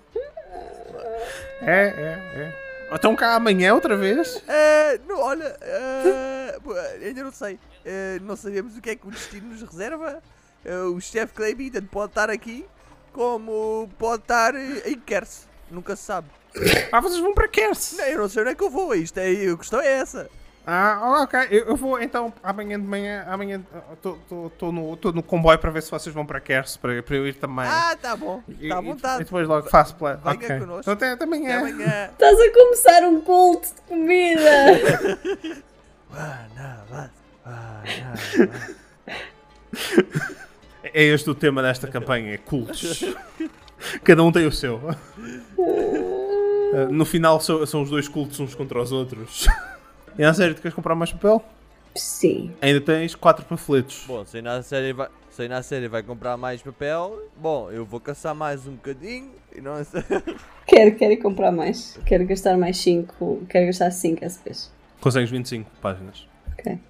Speaker 2: É, é, é. Então cá amanhã outra vez?
Speaker 7: Ah, não, olha, ah, pô, ainda não sei. Ah, não sabemos o que é que o destino nos reserva. Ah, o chefe Clayby tanto pode estar aqui como pode estar eh, em Kers. Nunca se sabe.
Speaker 2: Ah, vocês vão para Kers.
Speaker 7: Não, eu não sei onde é que eu vou. Isto é, a questão é essa.
Speaker 2: Ah, ok. Eu, eu vou então amanhã de manhã. Amanhã estou no, tô no comboio para ver se vocês vão para Kers para, para eu ir também.
Speaker 7: Ah, tá bom. Está à
Speaker 2: E
Speaker 7: vontade.
Speaker 2: depois logo faço plano.
Speaker 7: Venha connosco.
Speaker 2: Então até, até
Speaker 7: Até
Speaker 2: amanhã.
Speaker 7: amanhã.
Speaker 5: Estás a começar um culto de comida!
Speaker 7: Ah, não, vá. Ah, não.
Speaker 2: É este o tema desta campanha, é cultos. Cada um tem o seu. Uh, no final são, são os dois cultos uns contra os outros. E na série, tu queres comprar mais papel?
Speaker 5: Sim.
Speaker 2: Ainda tens quatro panfletos.
Speaker 8: Bom, se na série vai, se na série vai comprar mais papel, bom, eu vou caçar mais um bocadinho e não sei.
Speaker 5: Quero, quero ir comprar mais. Quero gastar mais 5. Quero gastar 5 SPs.
Speaker 2: Consegues 25 páginas.
Speaker 5: Ok.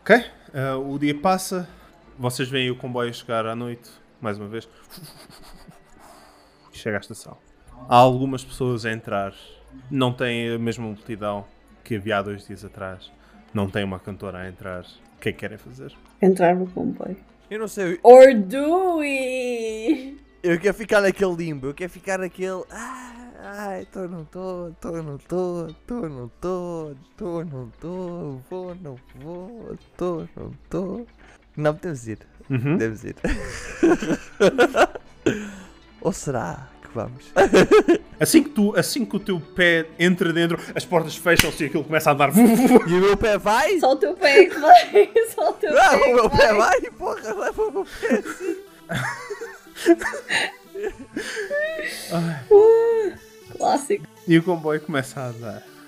Speaker 2: Ok. uh, o dia passa. Vocês veem o comboio chegar à noite, mais uma vez. Chega à estação. Há algumas pessoas a entrar. Não tem a mesma multidão que havia há dois dias atrás. Não tem uma cantora a entrar. O que é que querem fazer?
Speaker 5: Entrar no comboio.
Speaker 8: Eu não sei,
Speaker 5: Or do we?
Speaker 8: eu, eu quero ficar naquele limbo, eu quero ficar naquele.
Speaker 7: Ah, Ai, tô, não tô, tô, não tô, tô, não tô, tô, não tô, vou, não vou, tô, não tô. Não, podemos ir,
Speaker 2: Uhum.
Speaker 7: podemos ir. Ou será que vamos?
Speaker 2: Assim que, tu, assim que o teu pé entra dentro, as portas fecham-se e aquilo começa a andar.
Speaker 7: E o meu pé vai?
Speaker 5: Só o teu pé é que vai! Só o teu
Speaker 7: Ah,
Speaker 5: pé! é
Speaker 7: o meu
Speaker 5: que
Speaker 7: pé
Speaker 5: vai.
Speaker 7: vai, porra, leva o meu pé assim.
Speaker 5: Clássico.
Speaker 2: E o comboio começa a andar.